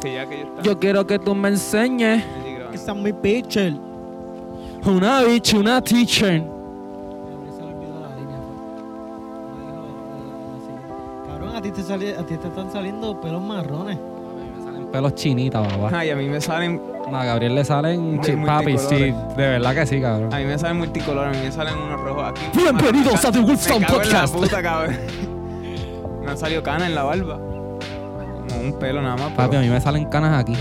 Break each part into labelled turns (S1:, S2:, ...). S1: Que ya que ellos están
S2: Yo quiero que tú me enseñes
S1: allí grabando.
S3: Están muy pitcher.
S2: una bitch, una teacher.
S3: Cabrón, a ti te, sale- a ti te están saliendo pelos marrones.
S4: Pelos chinitas, papá.
S1: Ay, a mí me salen,
S4: No, a Gabriel le salen
S1: Muy
S4: chi- papi, sí. De
S1: multicolores.
S4: verdad que sí, cabrón.
S1: a mí me salen multicolor, a mí me salen unos rojos aquí.
S2: Bienvenidos a The Woodstock
S1: Me cago en la
S2: Podcast.
S1: puta, cabrón. Me han salido canas en la barba. Como un pelo nada más.
S4: Papi, a
S1: pero-
S4: mí me salen canas aquí.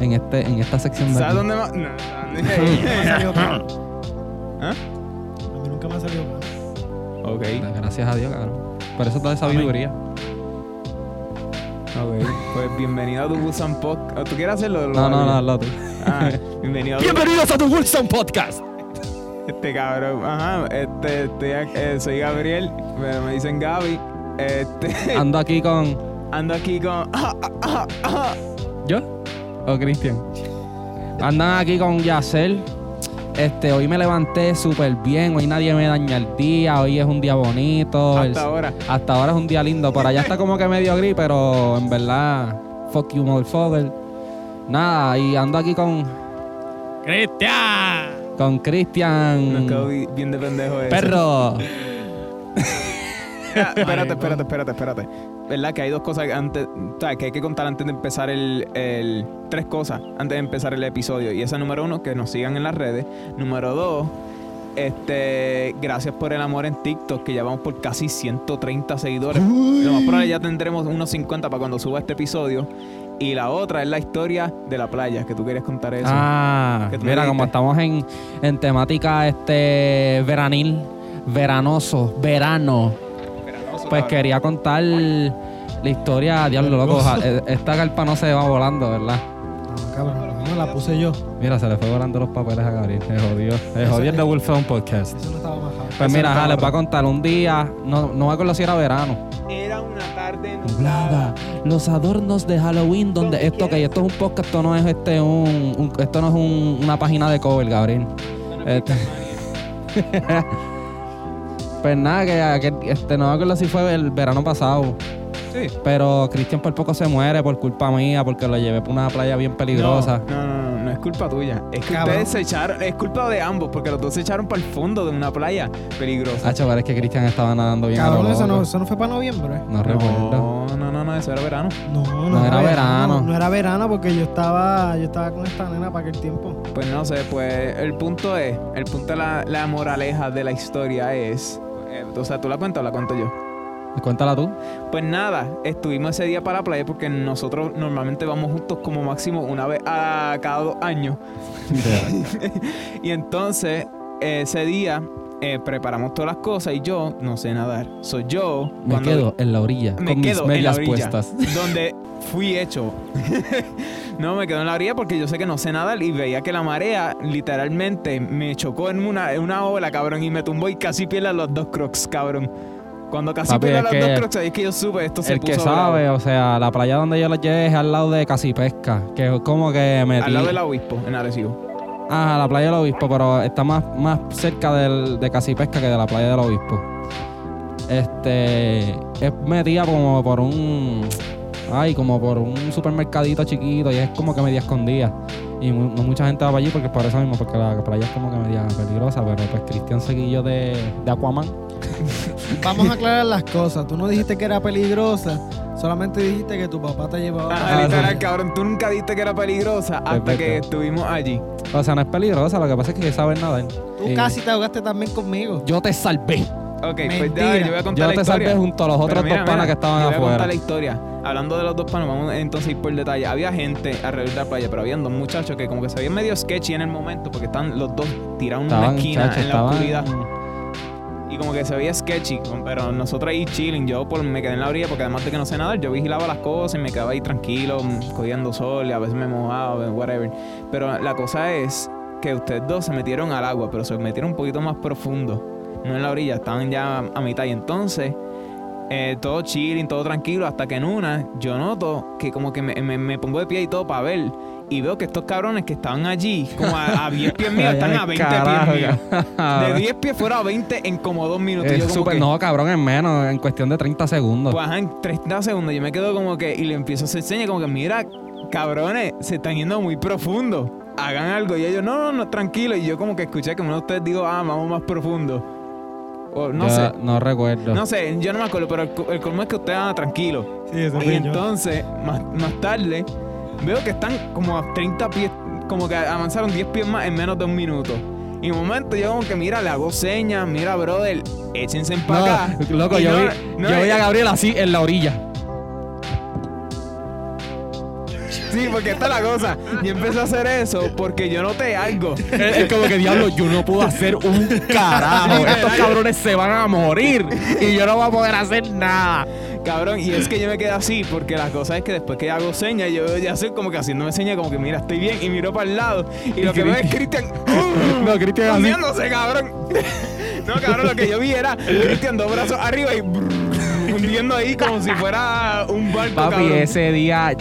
S4: En, este, en esta sección de
S1: ¿Sabes
S4: aquí.
S1: dónde más? No, ¿dónde?
S3: Me ha salido pelo.
S1: ¿Ah?
S3: A mí nunca me ha salido pelo.
S1: Ok.
S4: Gracias a Dios, cabrón. Por eso está de sabiduría.
S1: Ok. Pues bienvenido a tu Busan Podcast. ¿Tú quieres hacerlo?
S4: No, no, no, hazlo tú.
S1: Ah, bienvenido a tu-
S2: Bienvenidos a The Woodstock Podcast.
S1: Este cabrón. Ajá. Este, estoy ac- eh, soy Gabriel. Pero me dicen Gaby. Este.
S4: Ando aquí con.
S1: Ando aquí con.
S4: ¿Yo? ¿O Cristian? Andan aquí con Yacel. Este, hoy me levanté súper bien, hoy nadie me daña el día, hoy es un día bonito. El-
S1: Hasta ahora.
S4: hasta ahora es un día lindo. Por allá está como que medio gris, pero en verdad, fuck you, motherfucker. Nada, y ando aquí con,
S2: Cristian.
S4: con Cristian.
S1: Nos quedó bi- bien de pendejo eso.
S4: Mm. Perro.
S1: Ah, espérate, espérate, espérate, espérate. ¿Verdad que hay dos cosas que antes, o sea, que hay que contar antes de empezar el, el- tres cosas antes de empezar el episodio? Y esa número uno, que nos sigan en las redes. Número dos, este, gracias por el amor en TikTok, que ya vamos por casi 130 seguidores. Lo más probable ya tendremos unos 50 para cuando suba este episodio. Y la otra es la historia de la playa, que tú quieres contar eso.
S4: Ah,
S1: Que tú me
S4: mira, como
S1: dijiste.
S4: estamos en, en temática este veranil, veranoso, verano.
S1: Veranoso,
S4: Pues
S1: cabrón.
S4: quería contar la historia, diablo loco. ja- eh, Esta carpa no se va volando, ¿verdad?
S3: No, cabrón, no, la puse yo.
S4: Mira, se le fue volando los papeles a Gabriel. Se jodió. Se jodió el de Wolfeon Podcast.
S3: Eso no estaba bajado.
S4: Pues
S1: Eso
S4: mira,
S1: está
S4: ja, les
S1: cabrón.
S4: voy a contar un día, no, no me acuerdo si era verano.
S1: Era una tarde
S4: Nublada, los adornos de Halloween, donde esto que esto es un podcast, esto no es este un, un- esto no es un- una página de cover, Gabriel. Este- pues nada, que, aquel- este, no me acuerdo si fue el verano pasado.
S1: Sí.
S4: Pero Cristian por poco se muere por culpa mía, porque lo llevé por una playa bien peligrosa.
S1: No, no, no, no es culpa tuya. Es que
S3: Cabrón.
S1: ustedes se echaron, es culpa de ambos, porque los dos se echaron para el fondo de una playa peligrosa.
S4: Ah, chaval, es que Cristian estaba nadando bien. a lo
S3: Cabrón, eso
S4: loco.
S3: no, eso no fue para noviembre.
S4: No recuerdo.
S1: No, no, no, no, eso era verano.
S3: No, no,
S4: No era verano.
S3: No, era verano porque yo estaba, yo estaba con esta nena para aquel tiempo.
S1: Pues no sé, pues el punto es, el punto, la, la moraleja de la historia es, eh, o sea, ¿tú la cuentas o la cuento yo?
S4: Cuéntala tú.
S1: Pues nada, estuvimos ese día para la playa porque nosotros normalmente vamos juntos como máximo una vez a cada dos años. Y entonces, ese día eh, preparamos todas las cosas y yo no sé nadar. Soy yo.
S4: Me
S1: cuando-
S4: quedo en la orilla
S1: me
S4: con mis
S1: quedo en la
S4: medias
S1: orilla,
S4: puestas.
S1: donde fui hecho. no, me quedo en la orilla porque yo sé que no sé nadar y veía que la marea literalmente me chocó en una, en una ola, cabrón, y me tumbó y casi pierda los dos crocs, cabrón. Cuando casi
S4: Papi,
S1: pierda
S4: es
S1: los
S4: que
S1: dos crocs, ahí es que yo supe, esto se
S4: El
S1: puso
S4: que
S1: bravo.
S4: sabe, o sea, la playa donde yo la llevé es al lado de Casipesca, que es como que me
S1: Al lado del obispo, en Arecibo.
S4: Ah, la playa del obispo, pero está más, más cerca del, de Casipesca que de la playa del obispo. Este. Es metida como por un. Ay, como por un supermercadito chiquito y es como que media escondida. Y mu- no mucha gente va para allí porque es por eso mismo, porque la playa es como que media peligrosa, pero pues Cristian Seguillo de, de Aquaman.
S3: Vamos a aclarar las cosas. Tú no dijiste que era peligrosa, solamente dijiste que tu papá te llevaba.
S1: Ah,
S4: sí.
S1: literal, cabrón, tú nunca diste que era peligrosa hasta
S4: Perfecto.
S1: que estuvimos allí.
S4: O sea, no es peligrosa, lo que pasa es que saben nadar.
S3: Tú
S4: Y-
S3: casi te ahogaste también conmigo.
S4: Yo te salvé.
S1: Ok, pues
S3: Mentira.
S1: dale, yo voy a
S4: Yo
S1: contar la
S4: te
S1: historia.
S4: salvé junto a los otros
S1: Pero mira,
S4: dos panas
S1: mira,
S4: que estaban
S1: yo voy a
S4: afuera.
S1: contar la historia. Hablando de los dos panas, vamos entonces a ir por detalle. Había gente alrededor de la playa, pero habían dos muchachos que como que se veían medio sketchy en el momento porque estaban los dos tirados en una
S4: Estaban,
S1: esquina
S4: chacho,
S1: en la
S4: estaban-
S1: oscuridad. Y como que se veía sketchy, con- pero nosotros ahí chilling. Yo por, me quedé en la orilla porque además de que no sé nadar, yo vigilaba las cosas y me quedaba ahí tranquilo, mm, cogiendo sol y a veces me mojaba, whatever. Pero la cosa es que ustedes dos se metieron al agua, pero se metieron un poquito más profundo. No en la orilla, estaban ya a mitad. Y entonces, eh, todo chilling, todo tranquilo, hasta que en una yo noto que como que me, me- me pongo de pie y todo para ver. Y veo que estos cabrones que estaban allí, como a, a 10 pies míos, están a 20
S4: Eh, Carajo,
S1: pies míos. De
S4: cabrón.
S1: 10 pies fuera a 20 en como dos minutos. Y yo
S4: Es
S1: como
S4: súper,
S1: que,
S4: no, cabrón, en menos, en cuestión de 30 segundos.
S1: Pues ajá, en 30 segundos yo me quedo como que. Y le empiezo a hacer señas como que mira cabrones, se están yendo muy profundo. Hagan algo. Y ellos, no, no, no, tranquilo. Y yo como que escuché que uno de ustedes dijo, ah, vamos más profundo. O no
S4: Yo
S1: sé.
S4: No recuerdo.
S1: No sé, yo no me acuerdo, pero el, co- el colmo es que ustedes van tranquilo.
S3: Sí, eso
S1: Y
S3: fui yo.
S1: entonces, más, más tarde, veo que están como a 30 pies, como que avanzaron 10 pies más en menos de un minuto. Y un momento yo como que, mira, le hago señas, mira, brother, échense para acá.
S4: No, loco,
S1: Y
S4: yo,
S1: no-
S4: vi,
S1: no, eh,
S4: yo vi a Gabriel así en la orilla.
S1: Sí, porque esta es la cosa. Yo empecé a hacer eso porque yo noté algo.
S4: Es como que diablo, yo no puedo hacer un carajo. Estos cabrones se van a morir y yo no voy a poder hacer nada.
S1: Cabrón, y es que yo me quedé así, porque la cosa es que después que hago señas, yo ya soy como que haciéndome señas, como que mira, estoy bien, y miro para el lado. Y, lo que veo es Cristian.
S4: No, Cristian así.
S1: hundiéndose, cabrón. No, cabrón, lo que yo vi era Cristian dos brazos arriba y hundiendo ahí como si fuera un barco,
S4: Papi,
S1: cabrón.
S4: ese día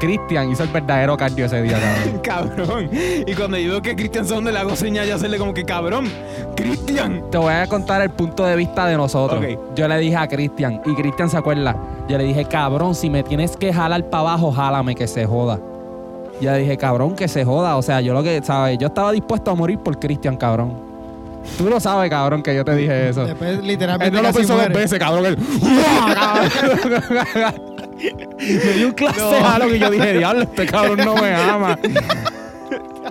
S4: Cristian hizo el verdadero cardio ese día, cabrón.
S1: Cabrón. Y cuando yo veo que Cristian son donde le hago señas, yo hacerle como que cabrón, Cristian.
S4: Te voy a contar el punto de vista de nosotros.
S1: Ok.
S4: Yo le dije a Cristian, y Cristian se acuerda. Yo le dije, cabrón, si me tienes que jalar para abajo, jálame que se joda. Yo le dije, cabrón, que se joda. O sea, yo lo que, ¿sabes? Yo estaba dispuesto a morir por Cristian, cabrón. Tú lo sabes, cabrón, que yo te dije eso.
S3: Después,
S4: Él
S3: literalmente.
S4: no lo
S3: casi
S4: pensó dos
S3: muere.
S4: veces, cabrón. Él, ¡Uah, cabrón! me dio un clase de jalón y yo dije, diablo, este cabrón no me ama.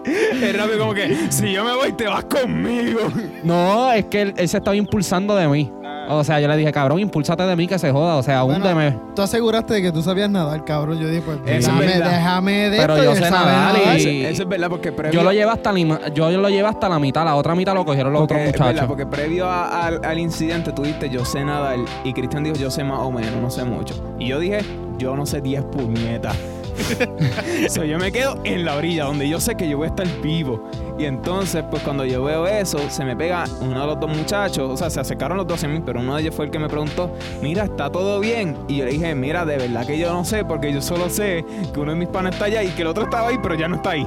S1: Es rápido como que, si yo me voy, te vas conmigo.
S4: No, es que él, él se estaba impulsando de mí.
S1: Ah.
S4: O sea, yo le dije, cabrón, impulsate de mí que se joda. O sea,
S3: Bueno,
S4: húndeme.
S3: Tú aseguraste de que tú sabías nadar, cabrón. Yo dije, pues
S1: Eso es
S3: déjame,
S1: verdad.
S3: déjame de
S4: Pero
S3: esto,
S4: yo
S3: él
S4: sé
S3: sabe
S4: nadar y-
S1: Eso, eso Ah, es verdad, porque previo.
S4: Yo lo llevé hasta la, ima- yo lo llevé hasta la mitad, la otra mitad lo cogieron los
S1: Porque, es
S4: otros
S1: verdad,
S4: muchachos.
S1: porque previo a- al, al incidente tú dijiste yo sé nadar y Cristian dijo yo sé más o menos, no sé mucho. Y yo dije yo no sé 10 puñetas. so, yo me quedo en la orilla donde yo sé que yo voy a estar vivo. Y entonces, pues cuando yo veo eso, se me pega uno de los dos muchachos. O sea, se acercaron los dos a mí, pero uno de ellos fue el que me preguntó, mira, ¿está todo bien? Y yo le dije, mira, de verdad que yo no sé, porque yo solo sé que uno de mis panes está allá y que el otro estaba ahí, pero ya no está ahí.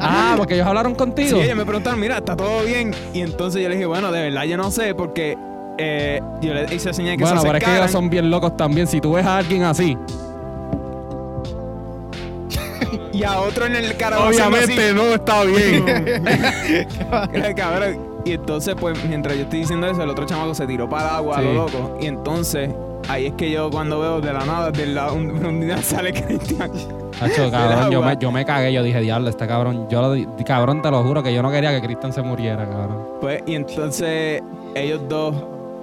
S4: Ah, porque ellos hablaron contigo.
S1: Sí, ellos me preguntaron, mira, ¿está todo bien? Y entonces yo le dije, bueno, de verdad yo no sé, porque eh, yo le hice señal que
S4: bueno,
S1: se
S4: pero es que
S1: acercaran.
S4: ellos son bien locos también. Si tú ves a alguien así,
S1: Y a otro en el carajo haciendo
S4: no está bien.
S1: así, cabrón. Y entonces, pues, mientras yo estoy diciendo eso, el otro chamaco se tiró para el agua, a lo
S4: Sí.
S1: loco. Y entonces, ahí es que yo cuando veo de la nada, de la un- un- sale Cristian.
S4: Hacho, cabrón,
S1: El
S4: yo
S1: agua.
S4: me, yo me cagué. Yo dije, diablo, este cabrón. Yo, lo di- cabrón, te lo juro que yo no quería que Cristian se muriera, cabrón.
S1: Pues, y entonces, ellos dos,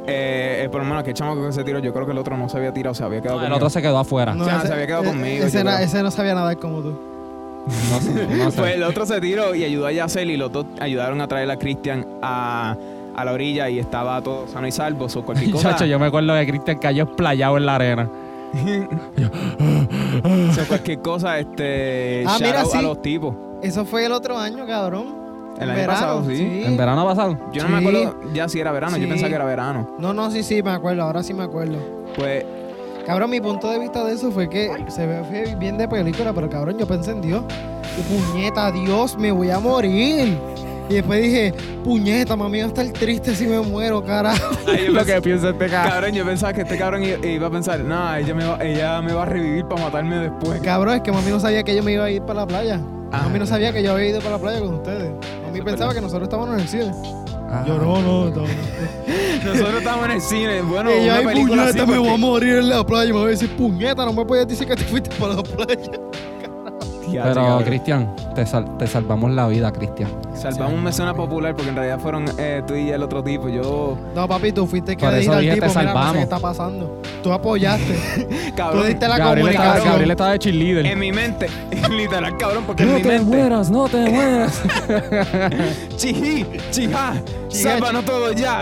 S1: eh, eh, por lo menos que el chamaco que se tiró, yo creo que el otro no se había tirado, se había quedado
S4: el
S1: conmigo.
S4: otro se quedó afuera.
S1: O sea, se había quedado
S3: e-
S1: conmigo,
S3: Ese,
S1: yo
S3: na-
S1: creo.
S3: ese no sabía nadar como tú.
S4: No sé, no sé.
S1: Pues el otro se tiró y ayudó a Yacel y los dos ayudaron a traer a Cristian a, a la orilla y estaba todo sano y salvo. Su cualquier cosa,
S4: Chacho, yo me acuerdo que Cristian cayó esplayado en la arena.
S1: so, cualquier cosa, este.
S3: Ah,
S1: shout
S3: mira,
S1: out
S3: sí.
S1: a los tipos.
S3: Eso fue el otro año, cabrón.
S1: El año pasado, sí.
S4: ¿En verano pasado?
S1: Yo no me
S3: Sí.
S1: acuerdo ya si era verano,
S3: Sí.
S1: yo pensaba que era verano.
S3: No, no, sí, sí, me acuerdo. Ahora sí me acuerdo.
S1: Pues,
S3: Cabrón, mi punto de vista de eso fue que se ve fue bien de película, pero cabrón, yo pensé en Dios. Y, puñeta, Dios, me voy a morir. Y después dije, puñeta, mami, va a estar triste si me muero, carajo.
S1: ay, yo
S4: lo
S1: pensé-
S4: que piensa este cabrón.
S1: cabrón, yo pensaba que este cabrón i- iba a pensar, no, ella me va, ella me va a revivir para matarme después.
S3: Pues, Cabrón, es que mami no sabía que yo me iba a ir para la playa.
S1: Ah.
S3: mami no sabía que yo había ido para la playa con ustedes. Mami
S1: es
S3: pensaba
S1: verdad.
S3: que nosotros estábamos en el cine.
S4: Ah.
S3: no,
S1: Nosotros estábamos en el cine, bueno,
S3: Y yo,
S1: una
S3: ay,
S1: película
S3: puñeta,
S1: así,
S3: me voy a
S1: porque-
S3: morir en la playa. Y me voy a decir, puñeta, no me podías decir que te fuiste para la playa.
S1: Ya, sí,
S4: Pero,
S1: cabrón.
S4: Cristian, te, sal- te salvamos la vida, Cristian.
S1: Salvamos una zona popular porque en realidad fueron eh, tú y el otro tipo. Yo,
S3: No, papi, tú fuiste que
S4: Por
S3: le
S4: eso
S3: dijiste
S4: dije,
S3: al tipo,
S4: te
S3: mira, no sé
S4: salvamos".
S3: qué está pasando. Tú apoyaste. tú
S1: cabrón.
S3: diste la
S4: Gabriel estaba,
S3: comunicación.
S4: Gabriel estaba de cheerleader.
S1: En mi mente, literal, cabrón, porque Em, en mi mente.
S4: mueras, no te mueras.
S1: Chijí, chijá,
S3: Chijá,
S1: sálvanos todo ya.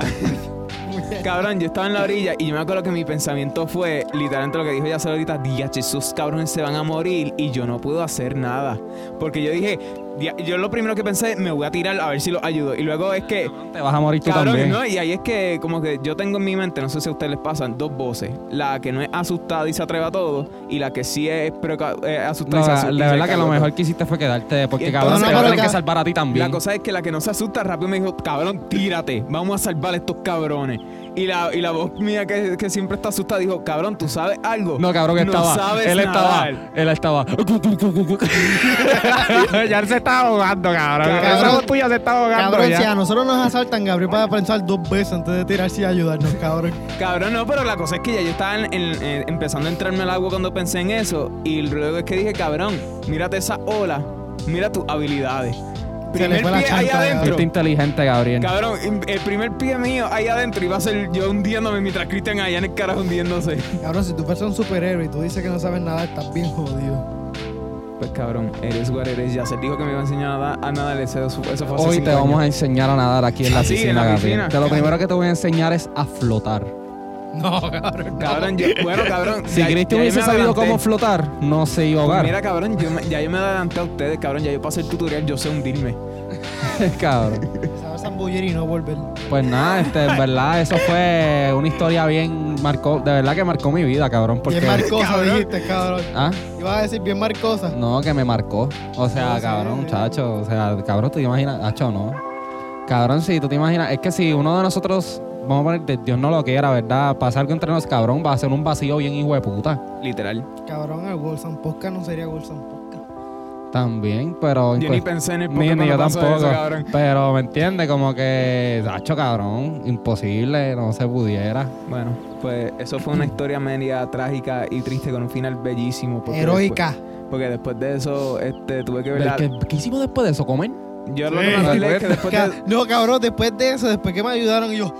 S1: Cabrón, yo estaba en la orilla y yo me acuerdo que mi pensamiento fue literalmente lo que dijo ya ahorita, diache, esos cabrones se van a morir y yo no puedo hacer nada. Porque yo dije, "Dia- yo lo primero que pensé, me voy a tirar a ver si los ayudo. Y luego es que,
S4: te vas a morir tú
S1: Cabrón,
S4: también.
S1: ¿no? Y ahí es que como que yo tengo en mi mente, no sé si a ustedes les pasan, dos voces. La que no es asustada y se atreve a todo, y la que sí es preca- eh, asustada
S4: No,
S1: y se
S4: la
S1: asu- y
S4: la
S1: se
S4: verdad que
S1: caga
S4: lo
S1: todo.
S4: mejor que hiciste fue quedarte, porque
S1: Y
S4: cabrón,
S3: entonces-
S4: te van a
S3: No, no,
S4: tener que
S3: pero-
S4: salvar a ti también.
S1: La cosa es que la que no se asusta rápido me dijo, cabrón, tírate, vamos a salvar a estos cabrones. Y la, y la voz mía que, que siempre está asustada dijo, cabrón, ¿tú sabes algo?
S4: No, cabrón, que
S1: No
S4: estaba.
S1: sabes
S4: él estaba.
S1: nadar.
S4: Él estaba. ya él se está ahogando, cabrón.
S3: Cabrón.
S4: Esa voz tuya se está ahogando.
S3: Cabrón,
S4: ya.
S3: si a nosotros nos asaltan, Gabriel para pensar dos veces antes de tirarse y ayudarnos, cabrón.
S1: Cabrón, no, pero la cosa es que ya yo estaba en- en- en- empezando a entrarme al agua cuando pensé en eso. Y luego es que dije, cabrón, mírate esa ola, mira tus habilidades.
S3: Se le
S1: Primer
S3: fue la
S1: pie ahí
S3: chanta,
S1: adentro.
S4: Gente inteligente, Gabriel.
S1: Cabrón, im- el primer pie mío ahí adentro iba a ser yo hundiéndome mientras Cristian allá en el carajo hundiéndose.
S3: Cabrón, si tú fueras un superhéroe y tú dices que no sabes nada, estás bien jodido.
S1: Pues cabrón, eres what eres. Ya se dijo que me iba a enseñar a, nadar- a nadar. Eso, eso fue hace
S4: Hoy te vamos a enseñar a nadar aquí en la
S1: Sí,
S4: piscina,
S1: en la
S4: Gabriel.
S1: piscina.
S4: Te lo primero que te voy a enseñar es a flotar.
S3: No, cabrón.
S1: Cabrón, yo, bueno, cabrón.
S4: Si
S1: ya- ya
S4: Cristian
S1: yo
S4: hubiese
S1: me
S4: sabido
S1: adelanté.
S4: cómo flotar, no se iba a ahogar.
S1: Mira, cabrón, yo me- ya yo me adelanté a ustedes, cabrón. Ya yo pasé el tutorial, yo sé hundirme.
S4: cabrón.
S3: Sabes zambullir y no volver.
S4: Pues nada, este, en verdad, eso fue una historia bien marcó, de verdad que marcó mi vida, cabrón. Porque,
S3: Bien marcosa,
S1: Cabrón.
S3: dijiste, cabrón.
S4: ¿Ah?
S3: Ibas a decir bien marcosa.
S4: No, que me marcó. O sea,
S3: No sé,
S4: cabrón,
S3: eh.
S4: chacho. O sea, cabrón, tú te imaginas. Hacho, no. Cabrón, si tú te imaginas. Es que si uno de nosotros, vamos a poner, de- Dios no lo quiera, ¿verdad? Pasar entre nos, cabrón, va a ser un vacío bien hijo de puta.
S1: Literal.
S3: Cabrón, el Wolsan Posca no sería Wolsan Posca.
S4: También, pero. en
S1: Yo ni
S4: cuest-
S1: pensé en el
S4: ni,
S1: Pokémon.
S4: ni yo
S1: cuando pasó
S4: Pues, tampoco.
S1: eso, cabrón.
S4: pero, ¿me entiendes? Como que. Hacho, cabrón. Imposible, no se pudiera.
S1: Bueno, pues eso fue
S4: Mm.
S1: una historia media trágica y triste con un final bellísimo. porque
S3: Heroica.
S1: después- porque después de eso este, tuve que ver
S4: Pero,
S1: la-
S4: ¿Qué, qué hicimos después de eso? ¿Comer?
S1: Yo lo que me acuerdo es que después de...
S3: Ca- No, cabrón, después de eso, después que me ayudaron, y yo.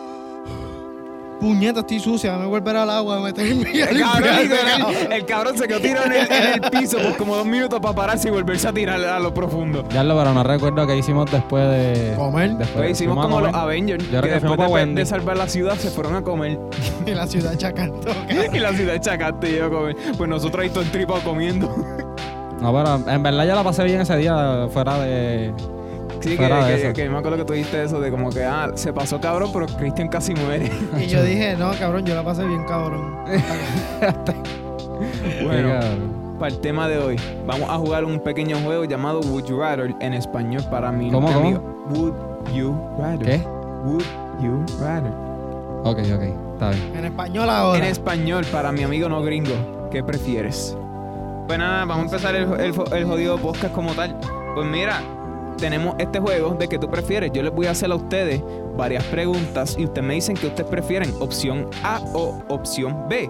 S3: Puñeta, estoy sucia, me voy a volver al agua, me estoy
S1: El cabrón, literal,
S3: limpiando.
S1: el cabrón se quedó tirado en el, en el piso por como dos minutos para pararse y volverse a tirar a lo profundo.
S4: Ya lo, pero no recuerdo qué hicimos después de.
S3: Comer.
S4: Después
S1: Pues hicimos
S4: fuimos a
S1: como los
S4: comer.
S1: Avengers,
S4: creo
S1: que,
S4: que
S1: después
S4: fuimos pa'
S1: de- de,
S4: Wendy.
S1: salvar la ciudad se fueron a comer
S3: En la ciudad Chacanto,
S1: y la ciudad chacante y yo a comer. Pues nosotros ahí todo el tripa comiendo.
S4: No, pero en verdad yo la pasé bien ese día fuera de.
S1: Sí, que,
S4: Fuera de
S1: que-
S4: eso.
S1: que me acuerdo que tú dijiste eso de como que, ah, se pasó cabrón, pero Christian casi muere.
S3: Y yo dije, no, cabrón, yo la pasé bien, cabrón.
S1: Bueno,
S4: Diga,
S1: para el tema de hoy, vamos a jugar un pequeño juego llamado Would You Rather en español para mí.
S4: ¿Cómo, cómo?
S1: Would You Rather.
S4: ¿Qué?
S1: Would You Rather.
S4: Ok, ok, está bien.
S3: En español ahora.
S1: En español, para mi amigo no gringo, ¿qué prefieres? Pues nada, vamos a empezar el, el, el jodido podcast como tal. Pues mira, tenemos este juego de que tú prefieres. Yo les voy a hacer a ustedes varias preguntas y ustedes me dicen que ustedes prefieren opción A o opción B.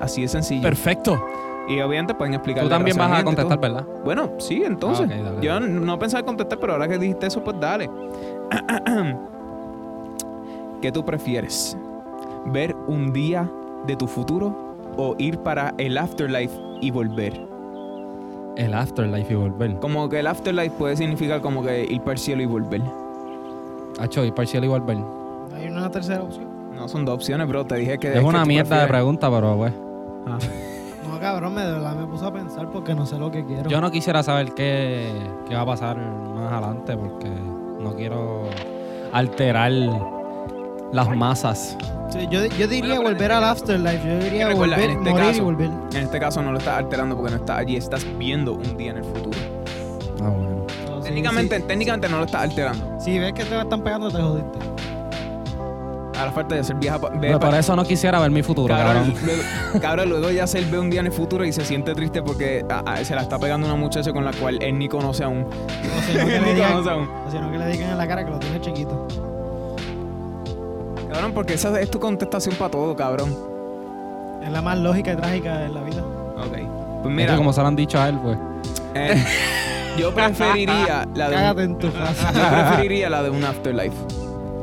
S1: Así de sencillo.
S2: Perfecto.
S1: y obviamente pueden explicar.
S4: Tú también vas a contestar, ¿verdad?
S1: Bueno, sí, entonces.
S4: Ah, ok, dale,
S1: yo no pensaba contestar, pero ahora que dijiste eso, pues dale. ¿Qué tú prefieres? ¿Ver un día de tu futuro o ir para el afterlife y volver?
S4: El afterlife y volver.
S1: Como que el afterlife puede significar como que ir para el cielo y volver.
S4: Hacho, ir parcial y volver.
S3: Hay una tercera opción.
S1: No son dos opciones, bro. Te dije que. Ah.
S4: Es una mierda de
S1: pregunta.
S4: pregunta, pero pues.
S3: No, cabrón, me, de verdad me puse a pensar porque no sé lo que quiero.
S4: Yo no quisiera saber qué, qué va a pasar más adelante porque no quiero alterar las masas.
S3: Sí, yo, yo diría volver al afterlife. Yo diría
S1: este Recuerda,
S3: volver,
S1: en este
S3: morir y
S1: caso-
S3: volver.
S1: En este caso no lo estás alterando porque no estás allí, estás viendo un día en el futuro.
S4: Ah, bueno.
S3: No, sí,
S1: técnicamente, técnicamente no lo estás alterando.
S3: sí. Si ves que te la están pegando, te jodiste.
S1: A la falta de ser vieja. pa- ve
S4: Pero
S1: pa-
S4: por eso no quisiera ver mi futuro,
S1: Cabrón,
S4: cabrón.
S1: luego, cabrón, luego ya se ve un día en el futuro y se siente triste porque ah, ah, se la está pegando una muchacha con la cual él ni conoce aún.
S3: O si no, que
S1: Él
S3: le
S1: ni conoce
S3: digan,
S1: aún.
S3: o si no, que le digan en la cara que lo tienes chiquito.
S1: Cabrón, porque esa es tu contestación para todo, cabrón.
S3: Es la más lógica y trágica de la vida.
S1: Ok. Pues
S4: Mira.
S1: mira,
S4: como se lo han dicho a él, pues.
S1: eh, yo preferiría la de
S3: Cágate
S1: un,
S3: en tu casa.
S1: yo preferiría la de un afterlife.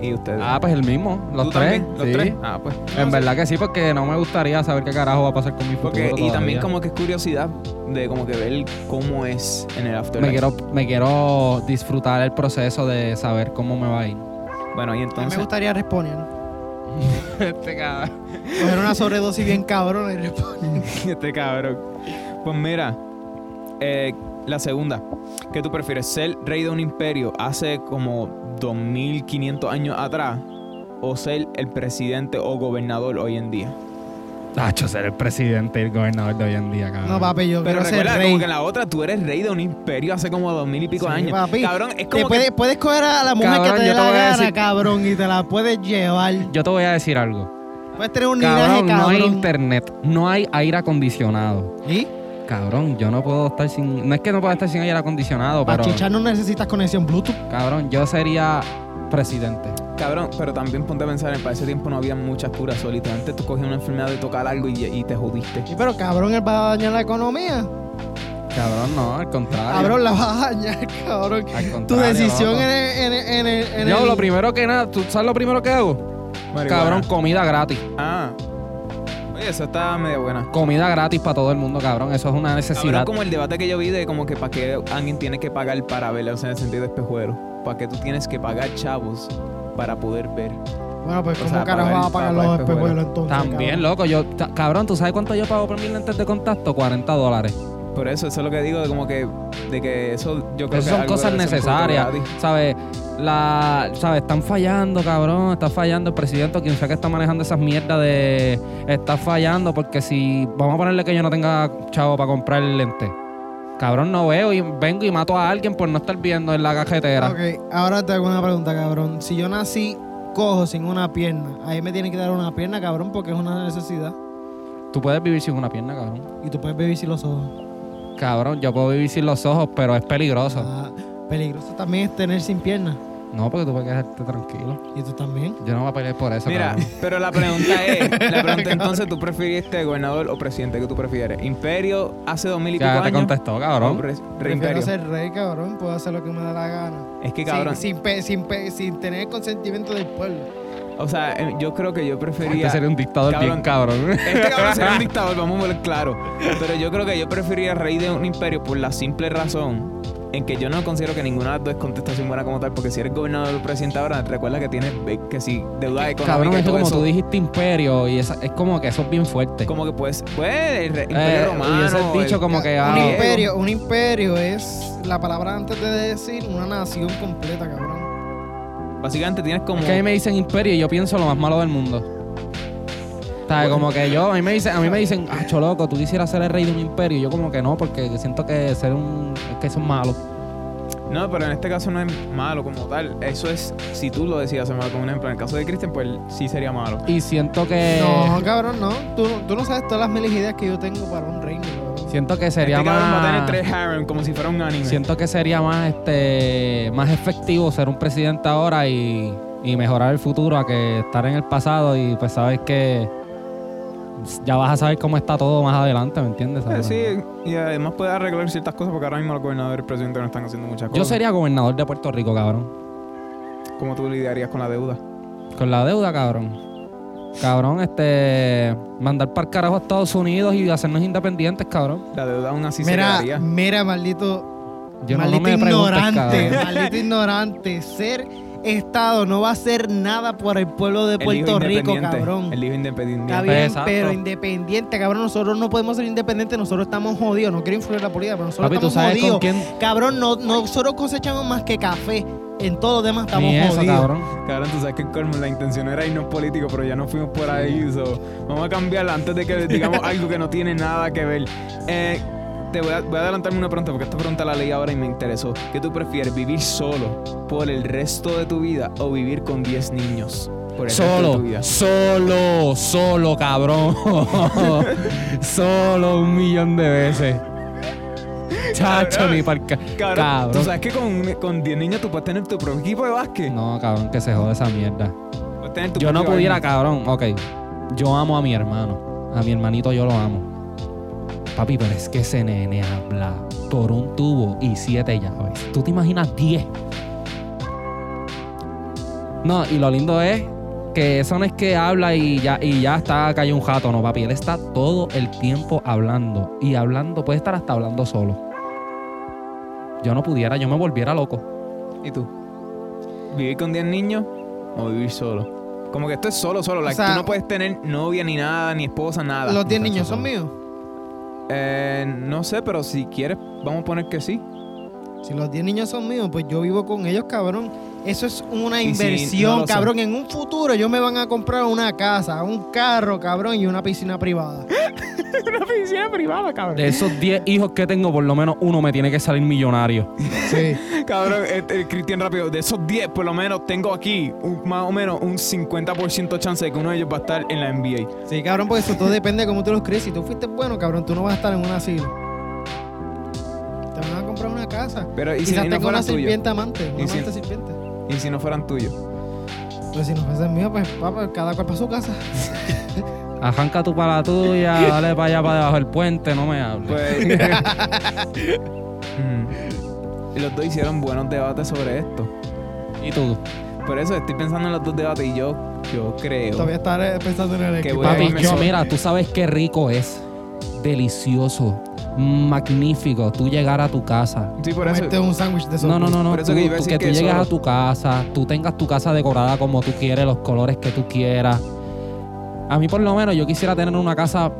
S1: Y ustedes.
S4: Ah, pues el mismo, los
S1: ¿Tú
S4: tres.
S1: también? Los
S4: sí.
S1: tres. Ah, pues.
S4: En verdad que sí, porque no me gustaría saber qué carajo va a pasar con mi futuro.
S1: Porque, y
S4: todavía.
S1: también como que es curiosidad de como que ver cómo es en el afterlife.
S4: Me quiero, me quiero disfrutar el proceso de saber cómo me va a ir.
S1: Bueno, y
S3: A mí me
S1: entonces.
S3: gustaría responder.
S1: Este
S3: Coger una sobredosis bien cabrón y responder.
S1: Este cabrón. Pues mira, eh, la segunda. ¿Qué tú prefieres? ¿Ser rey de un imperio hace como 2500 años atrás? ¿O ser el presidente o gobernador hoy en día?
S4: Tacho, ser el presidente y el gobernador de hoy en día, cabrón.
S3: No, papi, yo
S1: Pero
S3: quiero ser
S1: recuerda,
S3: rey.
S1: como que la otra, tú eres rey de un imperio hace como dos mil y pico
S3: Sí,
S1: años.
S3: papi.
S1: Cabrón, es
S3: Te
S1: como que
S3: puedes, puedes coger a la mujer
S4: Cabrón,
S3: que te dé
S4: yo te
S3: la
S4: voy a
S3: gana,
S4: decir-
S3: cabrón, y te la puedes llevar.
S4: Yo te voy a decir algo.
S3: Puedes tener un
S4: Cabrón,
S3: linaje,
S4: no hay
S3: cabrón.
S4: internet, no hay aire acondicionado.
S3: ¿Y?
S4: Cabrón, yo no puedo estar sin. No es que no pueda estar sin aire acondicionado,
S3: Para
S4: Oh, pero.
S3: chichar no necesitas conexión Bluetooth.
S4: Cabrón, yo sería presidente.
S1: Cabrón, pero también ponte a pensar, en para ese tiempo no había muchas curas solitas. Antes tú cogías una enfermedad de tocar algo y, y te jodiste.
S3: Sí, pero cabrón, él va a dañar la economía.
S4: Cabrón, no, al contrario.
S3: Cabrón, la va a dañar, cabrón.
S4: Al contrario,
S3: Tu decisión
S4: loco.
S3: en el... En el, en el- en
S4: Yo,
S3: el-
S4: lo primero que nada, ¿tú sabes lo primero que hago? Cabrón, comida gratis.
S1: Ah. Oye, eso está medio buena.
S4: Comida gratis para todo el mundo, cabrón. Eso es una
S1: Cabrón,
S4: necesidad.
S1: como el debate que yo vi de como que para qué alguien tiene que pagar para ver, o sea, en el sentido de espejuelo. Para qué tú tienes que pagar chavos para poder ver.
S3: Bueno, pues
S1: O
S3: ¿cómo
S1: sea,
S3: carajo
S1: para
S3: vas a
S1: el-
S3: pagar
S1: para
S3: los
S1: el espejuelo.
S3: espejuelos entonces?
S4: También,
S3: cabrón?
S4: loco. Yo, ta- cabrón, ¿tú sabes cuánto yo pago por mis lentes de contacto? 40 dólares.
S1: Por eso, eso es lo que digo, de como que, de que eso yo creo que
S4: Esas Pues son
S1: algo
S4: cosas
S1: debe ser un poquito
S4: necesarias,
S1: gratis.
S4: ¿sabes? La, ¿Sabes? Están fallando, cabrón. Está fallando el presidente, o quien sea que está manejando esas mierdas de... Está fallando porque si... Vamos a ponerle que yo no tenga chavo para comprar el lente. Cabrón, no veo y vengo y mato a alguien por no estar viendo en la cajetera.
S3: Ok, ahora te hago una pregunta, cabrón. Si yo nací cojo sin una pierna, ahí me tienen que dar una pierna, cabrón, porque es una necesidad.
S4: Tú puedes vivir sin una pierna, cabrón.
S3: Y tú puedes vivir sin los ojos.
S4: Cabrón, yo puedo vivir sin los ojos, pero es peligroso.
S3: Ah, peligroso también es tener sin pierna.
S1: Ah.
S4: No, porque tú puedes quedarte tranquilo.
S3: Y tú también.
S4: Yo no voy a pelear por eso,
S1: Mira,
S4: cabrón.
S1: pero la pregunta es, la pregunta entonces, ¿tú prefiriste gobernador o presidente que tú prefieres? ¿Imperio hace dos mil y pico
S4: Ya te
S1: años?
S4: contestó,
S1: o
S4: cabrón.
S1: pre-
S3: Prefiero
S1: reimperio?
S3: ser rey, cabrón. Puedo hacer lo que me da la gana.
S1: Es que
S3: Sin-
S1: cabrón,
S3: Sin, pe- sin, pe- sin tener el consentimiento del pueblo.
S1: o sea, eh, yo creo que yo prefería...
S4: Este sería un dictador bien cabrón.
S1: Este cabrón sería un dictador, vamos a ver claro. Pero yo creo que yo preferiría rey de un imperio por la simple razón en que yo no considero que ninguna de las dos es contestación buena como tal, porque si eres gobernador o presidente ahora, recuerda que tienes eh, que si deuda económica
S4: Cabrón,
S1: y
S4: eso
S1: todo
S4: como
S1: eso,
S4: tú dijiste imperio y esa- es como que eso es bien fuerte.
S1: como que pues, pues, el re- imperio
S4: Eh,
S1: romano.
S4: y eso es dicho
S1: el-
S4: como que
S3: un
S1: ah,
S4: ah,
S3: imperio, un imperio es la palabra antes de decir una nación completa, cabrón.
S1: Básicamente tienes como...
S4: es que a mí me dicen imperio y yo pienso lo más malo del mundo. ¿Sabes? Como que yo, a mí me dicen, a mí me dicen, ah, choloco, tú quisieras ser el rey de un imperio. Y yo como que no, porque siento que ser un, es que eso es malo.
S1: No, pero en este caso no es malo como tal. Eso es si tú lo decidas hacer malo. Como un ejemplo, en el caso de Christian, pues sí sería malo.
S4: Y siento que,
S3: No, cabrón, no. Tú, tú no sabes todas las miles ideas que yo tengo para un reino, cabrón.
S4: siento que sería
S1: este cabrón va a tener
S4: más,
S1: tres harem como si fuera un anime.
S4: siento que sería más, este, más efectivo ser un presidente ahora y, y mejorar el futuro a que estar en el pasado y pues sabes que ya vas a saber cómo está todo más adelante, ¿me entiendes?
S1: Eh, sí, y además puede arreglar ciertas cosas porque ahora mismo los gobernadores y el presidente no están haciendo muchas cosas.
S4: Yo sería gobernador de Puerto Rico, cabrón.
S1: ¿Cómo tú lidiarías con la deuda?
S4: Con la deuda, cabrón. Cabrón, este. Mandar para el carajo a Estados Unidos y hacernos independientes, cabrón.
S1: La deuda aún así
S3: mira,
S1: se lidiaría.
S3: mira, maldito,
S4: Yo no, no
S3: maldito
S4: me preguntes,
S3: ignorante,
S4: cabrón.
S3: maldito ignorante. Ser Estado no va a hacer nada por el pueblo de
S1: El hijo
S3: Puerto Rico,
S1: independiente,
S3: cabrón.
S1: El hijo independiente.
S3: Está bien,
S4: Exacto.
S3: pero independiente, cabrón. Nosotros no podemos ser independientes, nosotros estamos jodidos. No quiero influir en la política, pero nosotros
S4: Papi, tú
S3: estamos
S4: sabes con
S3: jodidos.
S4: quién.
S3: Cabrón, no, no- nosotros cosechamos más que café. En todo lo demás estamos
S4: Ni eso,
S3: jodidos.
S4: cabrón.
S1: Cabrón, tú sabes que Colmo, la intención era irnos político, pero ya no fuimos por ahí. so, vamos a cambiarla antes de que les digamos algo que no tiene nada que ver. Eh, te voy a, voy a adelantarme una pregunta, porque esta pregunta la leí ahora y me interesó. ¿Qué tú prefieres, vivir solo por el resto de tu vida o vivir con 10 niños por el resto de tu vida?
S4: Solo, solo, solo, cabrón. solo un millón de veces. Chacho,
S1: Cabrón.
S4: ni para cabrón.
S1: Cabrón, tú sabes que con, con 10 niños tú puedes tener tu propio equipo de básquet.
S4: No, cabrón, que se jode esa mierda.
S1: Puedes tener tu
S4: Yo no
S1: propio
S4: pudiera,
S1: baño.
S4: cabrón. Ok. Yo amo a mi hermano. A mi hermanito yo lo amo. Papi, pero es que ese nene habla por un tubo y siete llaves. ¿Tú te imaginas diez? No, y lo lindo es que eso no es que habla y ya, y ya está cayó un jato, no, papi. Él está todo el tiempo hablando. Y hablando, puede estar hasta hablando solo. Yo no pudiera, yo me volviera loco.
S1: ¿Y tú? ¿Vivir con 10 niños o vivir solo? Como que esto es solo, solo. like,
S3: sea,
S1: tú no puedes tener novia ni nada, ni esposa, nada.
S3: Los 10
S4: Muchacho,
S3: niños son míos.
S1: Eh, no sé, pero si quieres, vamos a poner que sí.
S3: Si los 10 niños son míos, pues yo vivo con ellos, cabrón. Eso es una
S1: Y si no lo
S3: inversión,
S1: son.
S3: cabrón. En un futuro ellos me van a comprar una casa, un carro, cabrón, y una piscina privada.
S1: Una oficina privada, cabrón.
S4: De esos 10 hijos que tengo, por lo menos uno me tiene que salir millonario.
S3: Sí.
S1: Cabrón, este, eh, Cristian rápido, de esos 10 por lo menos tengo aquí un- más o menos un 50% chance de que uno de ellos va a estar en la NBA.
S3: Sí, cabrón, porque eso todo depende de cómo tú los crees. Si tú fuiste bueno, cabrón, tú no vas a estar en un asilo. Te van a comprar una casa.
S1: Pero y si
S3: Quizás
S1: no
S3: tenga una
S1: fueran tuyos.
S3: serpiente amante, una
S1: ¿Y si-
S3: amante sirviente.
S1: Y si no fueran tuyos.
S3: Pero si no fuesen mío, pues papá, cada cual para su casa.
S4: Arranca tú para la tuya, dale para allá, para debajo del puente, no me hables.
S1: Pues. Mm. Los dos hicieron buenos debates sobre esto.
S4: ¿Y tú?
S1: Por eso estoy pensando en los dos debates y yo, yo creo.
S3: Todavía estaré pensando en el
S1: Qué
S3: equipo.
S1: Voy a
S4: Papi,
S1: irme
S4: yo,
S1: solo.
S4: mira, tú sabes qué rico es. Delicioso. Magnífico. Tú llegar a tu casa.
S1: Sí, por eso.
S3: Comerte un sándwich de esos.
S4: No, no, no, no.
S1: Por eso
S4: tú-
S1: que yo iba a
S4: tú-
S1: decir
S4: que tú
S1: que
S4: llegues
S1: solo.
S4: a tu casa, tú tengas tu casa decorada como tú quieres, los colores que tú quieras. A mí, por lo menos, yo quisiera tener una casa.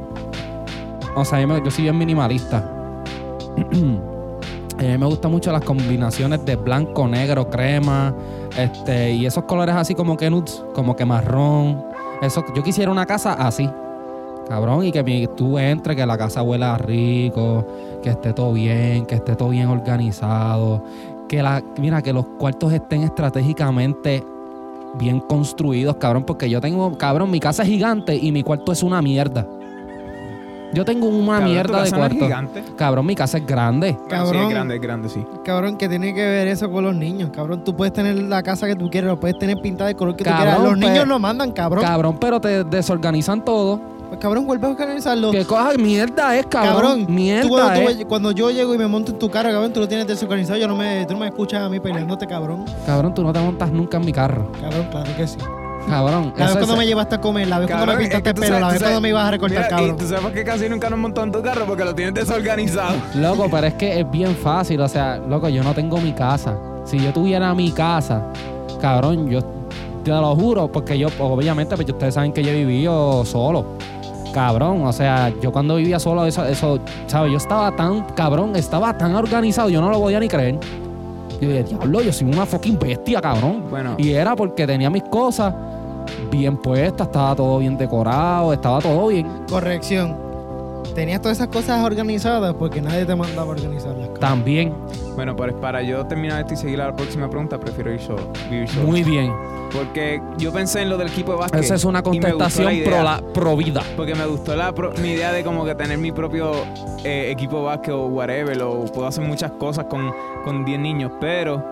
S4: O sea, yo, me- yo soy bien minimalista. a mí me gustan mucho las combinaciones de blanco, negro, crema. Este, y esos colores así como que nudes, como que marrón. Eso, yo quisiera una casa así. Cabrón, y que mi- tú entres, que la casa huela rico, que esté todo bien, que esté todo bien organizado, que la, mira, que los cuartos estén estratégicamente bien construidos, cabrón, porque yo tengo, cabrón, mi casa es gigante y mi cuarto es una mierda. Yo tengo una
S1: Cabrón, tu
S4: mierda
S1: casa
S4: de
S1: no es
S4: cuarto.
S1: gigante.
S4: Cabrón, mi casa es grande.
S1: Bueno, sí,
S3: Cabrón.
S1: es grande, es grande, sí.
S3: Cabrón, que tiene que ver eso con los niños, cabrón. Tú puedes tener la casa que tú quieres, lo puedes tener pintada de color que
S4: Cabrón,
S3: tú quieras. Los
S4: pues-
S3: niños lo mandan, cabrón.
S4: Cabrón, pero te desorganizan todo.
S3: Pues, cabrón, vuelve a canalizarlo.
S4: ¿Qué cosa mierda es, cabrón?
S3: Cabrón,
S4: mierda eh.
S3: tú cuando, tú
S4: es.
S3: ve- cuando yo llego y me monto en tu carro, cabrón, tú lo tienes desorganizado. Yo no me, tú no me escuchas a mí peleándote, cabrón.
S4: Cabrón, tú no te montas nunca en mi carro.
S3: Cabrón, claro que sí.
S4: Cabrón,
S3: La vez
S4: eso es-
S3: cuando me llevaste a comer, la vez cuando
S1: Cabrón,
S3: me
S1: es
S3: pintaste
S1: que
S3: el
S1: tú
S3: pelo,
S1: sabes-
S3: la
S1: tú
S3: vez
S1: sabes-
S3: cuando me ibas a recortar,
S1: Mira,
S3: cabrón.
S1: Y tú sabes por qué casi nunca nos montó en tu carro porque lo tienes desorganizado.
S4: Loco, pero es que es bien fácil. O sea, loco, yo no tengo mi casa. Si yo tuviera mi casa, cabrón, yo te lo juro, porque yo, obviamente, pues ustedes saben que yo he vivido solo. Cabrón, o sea, yo cuando vivía solo, eso, eso, ¿sabes? Yo estaba tan, cabrón, estaba tan organizado, yo no lo podía ni creer. Yo dije, diablo, yo soy una fucking bestia, cabrón.
S1: Bueno,
S4: Y era porque tenía mis cosas bien puestas, estaba todo bien decorado, estaba todo bien.
S3: Corrección. Tenías todas esas cosas organizadas porque nadie te mandaba a organizarlas. cabrón.
S4: También,
S1: bueno, pues para yo terminar esto y seguir a la próxima pregunta, prefiero ir solo, vivir solo.
S4: muy bien.
S1: Porque yo pensé en lo del equipo de básquet.
S4: Esa es
S1: y
S4: una
S1: me gustó la
S4: contestación
S1: idea. Ah,
S4: pro, la, pro vida.
S1: Porque me gustó la pro- mi idea de como que tener mi propio eh, equipo de básquet o whatever, o puedo hacer muchas cosas con, con 10 niños, pero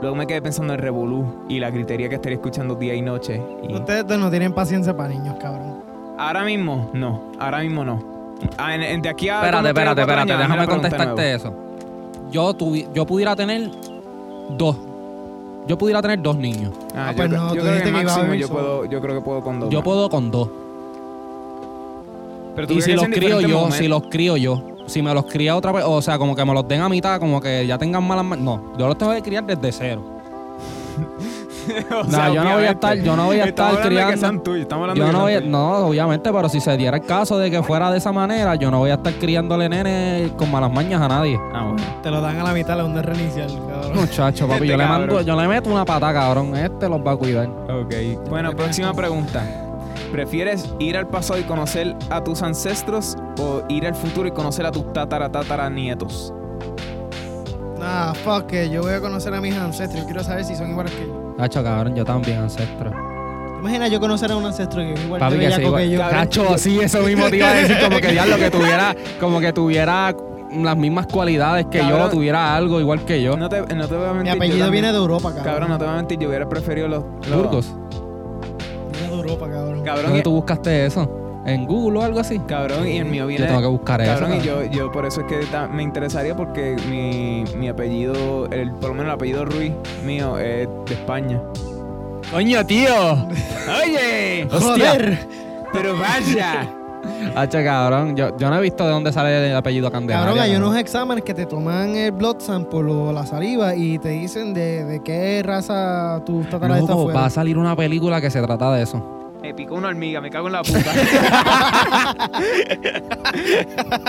S1: luego me quedé pensando en Revolú y la gritería que estaría escuchando día y noche. y-
S3: Ustedes dos no tienen paciencia para niños, cabrón.
S1: ahora mismo, no, ahora mismo no. Ah, en- en- de aquí a...
S4: Espérate,
S1: cuando tenga
S4: espérate,
S1: cuatro
S4: espérate.
S1: años, hazme
S4: Déjame
S1: la pregunta de
S4: contestarte
S1: nuevo.
S4: eso. Yo, tuvi- yo pudiera tener dos. Yo pudiera tener dos niños.
S1: Ah,
S3: Ah,
S1: yo,
S3: pues
S1: cre-
S3: no, tú
S1: yo creo que
S3: dijiste que iba a
S1: máximo
S3: vivir
S1: yo,
S3: solo.
S1: puedo, yo creo que puedo con dos.
S4: Yo
S1: más.
S4: puedo con dos.
S1: Pero tú
S4: Y
S1: crees
S4: si
S1: que
S4: los
S1: es en
S4: crío yo,
S1: diferentes
S4: si
S1: momentos.
S4: los crío yo. Si me los cría otra vez, o sea, como que me los den a mitad, como que ya tengan malas ma- No, yo los tengo que criar desde cero.
S1: O sea,
S4: No, yo no voy a
S1: obviamente.
S4: estar, yo no voy a
S1: Estamos
S4: estar
S1: hablando de que
S4: criando.
S1: sean tuyos, estamos hablando
S4: Yo
S1: de que
S4: no voy a-
S1: sean tuyos.
S4: no, obviamente, pero si se diera el caso de que fuera de esa manera, yo no voy a estar criándole nene con malas mañas a nadie.
S1: Ah, bueno.
S3: Te lo dan a la mitad, la onda es reinicial, cabrón.
S4: Muchacho, papi,
S1: Este
S4: yo le
S1: cabrón.
S4: mando, yo le meto una pata, cabrón. Este los va a cuidar.
S1: Ok. Bueno, próxima pregunta. ¿Prefieres ir al pasado y conocer a tus ancestros o ir al futuro y conocer a tus tatara tatara nietos?
S3: Nah, fuck, it, yo voy a conocer a mis ancestros. Yo quiero saber si son iguales que yo.
S4: Hacho, cabrón, yo también, ancestro.
S3: Imagina yo conocer a un ancestro que es igual
S4: Papi,
S3: de
S4: que sea igual.
S3: bellaco que Pues yo.
S1: Cabrón,
S4: Cacho, sí, eso mismo te iba a decir, como que ya lo que tuviera, como que tuviera las mismas cualidades que yo,
S1: Cabrón.
S4: tuviera algo igual que yo.
S1: No te, no te voy a mentir.
S3: Mi
S1: yo
S3: apellido
S1: también-
S3: viene de Europa, cabrón.
S1: Cabrón, no te voy a mentir. Yo hubiera preferido los... los-
S4: Burgos,
S3: Viene de Europa, cabrón.
S1: Cabrón,
S4: ¿dónde
S1: y,
S4: tú buscaste eso? ¿En Google o algo así?
S1: cabrón, y el mío viene...
S4: Yo tengo que buscar eso.
S1: Cabrón, y
S4: cabrón.
S1: yo, yo por eso es que ta- me interesaría porque mi, mi apellido, el, por lo menos el apellido Ruiz mío es de España.
S4: Coño, tío.
S1: ¡Oye!
S3: ¡Joder!
S1: ¡Pero vaya!
S4: Hacho, cabrón, yo, yo no he visto de dónde sale el apellido Candelaria.
S3: Cabrón, hay unos exámenes que te toman el blood sample o la saliva y te dicen de, de qué raza tu tataraeta
S4: Loco,
S3: fue.
S4: va a salir una película que se trata de eso.
S1: Me picó una hormiga, me cago en la puta.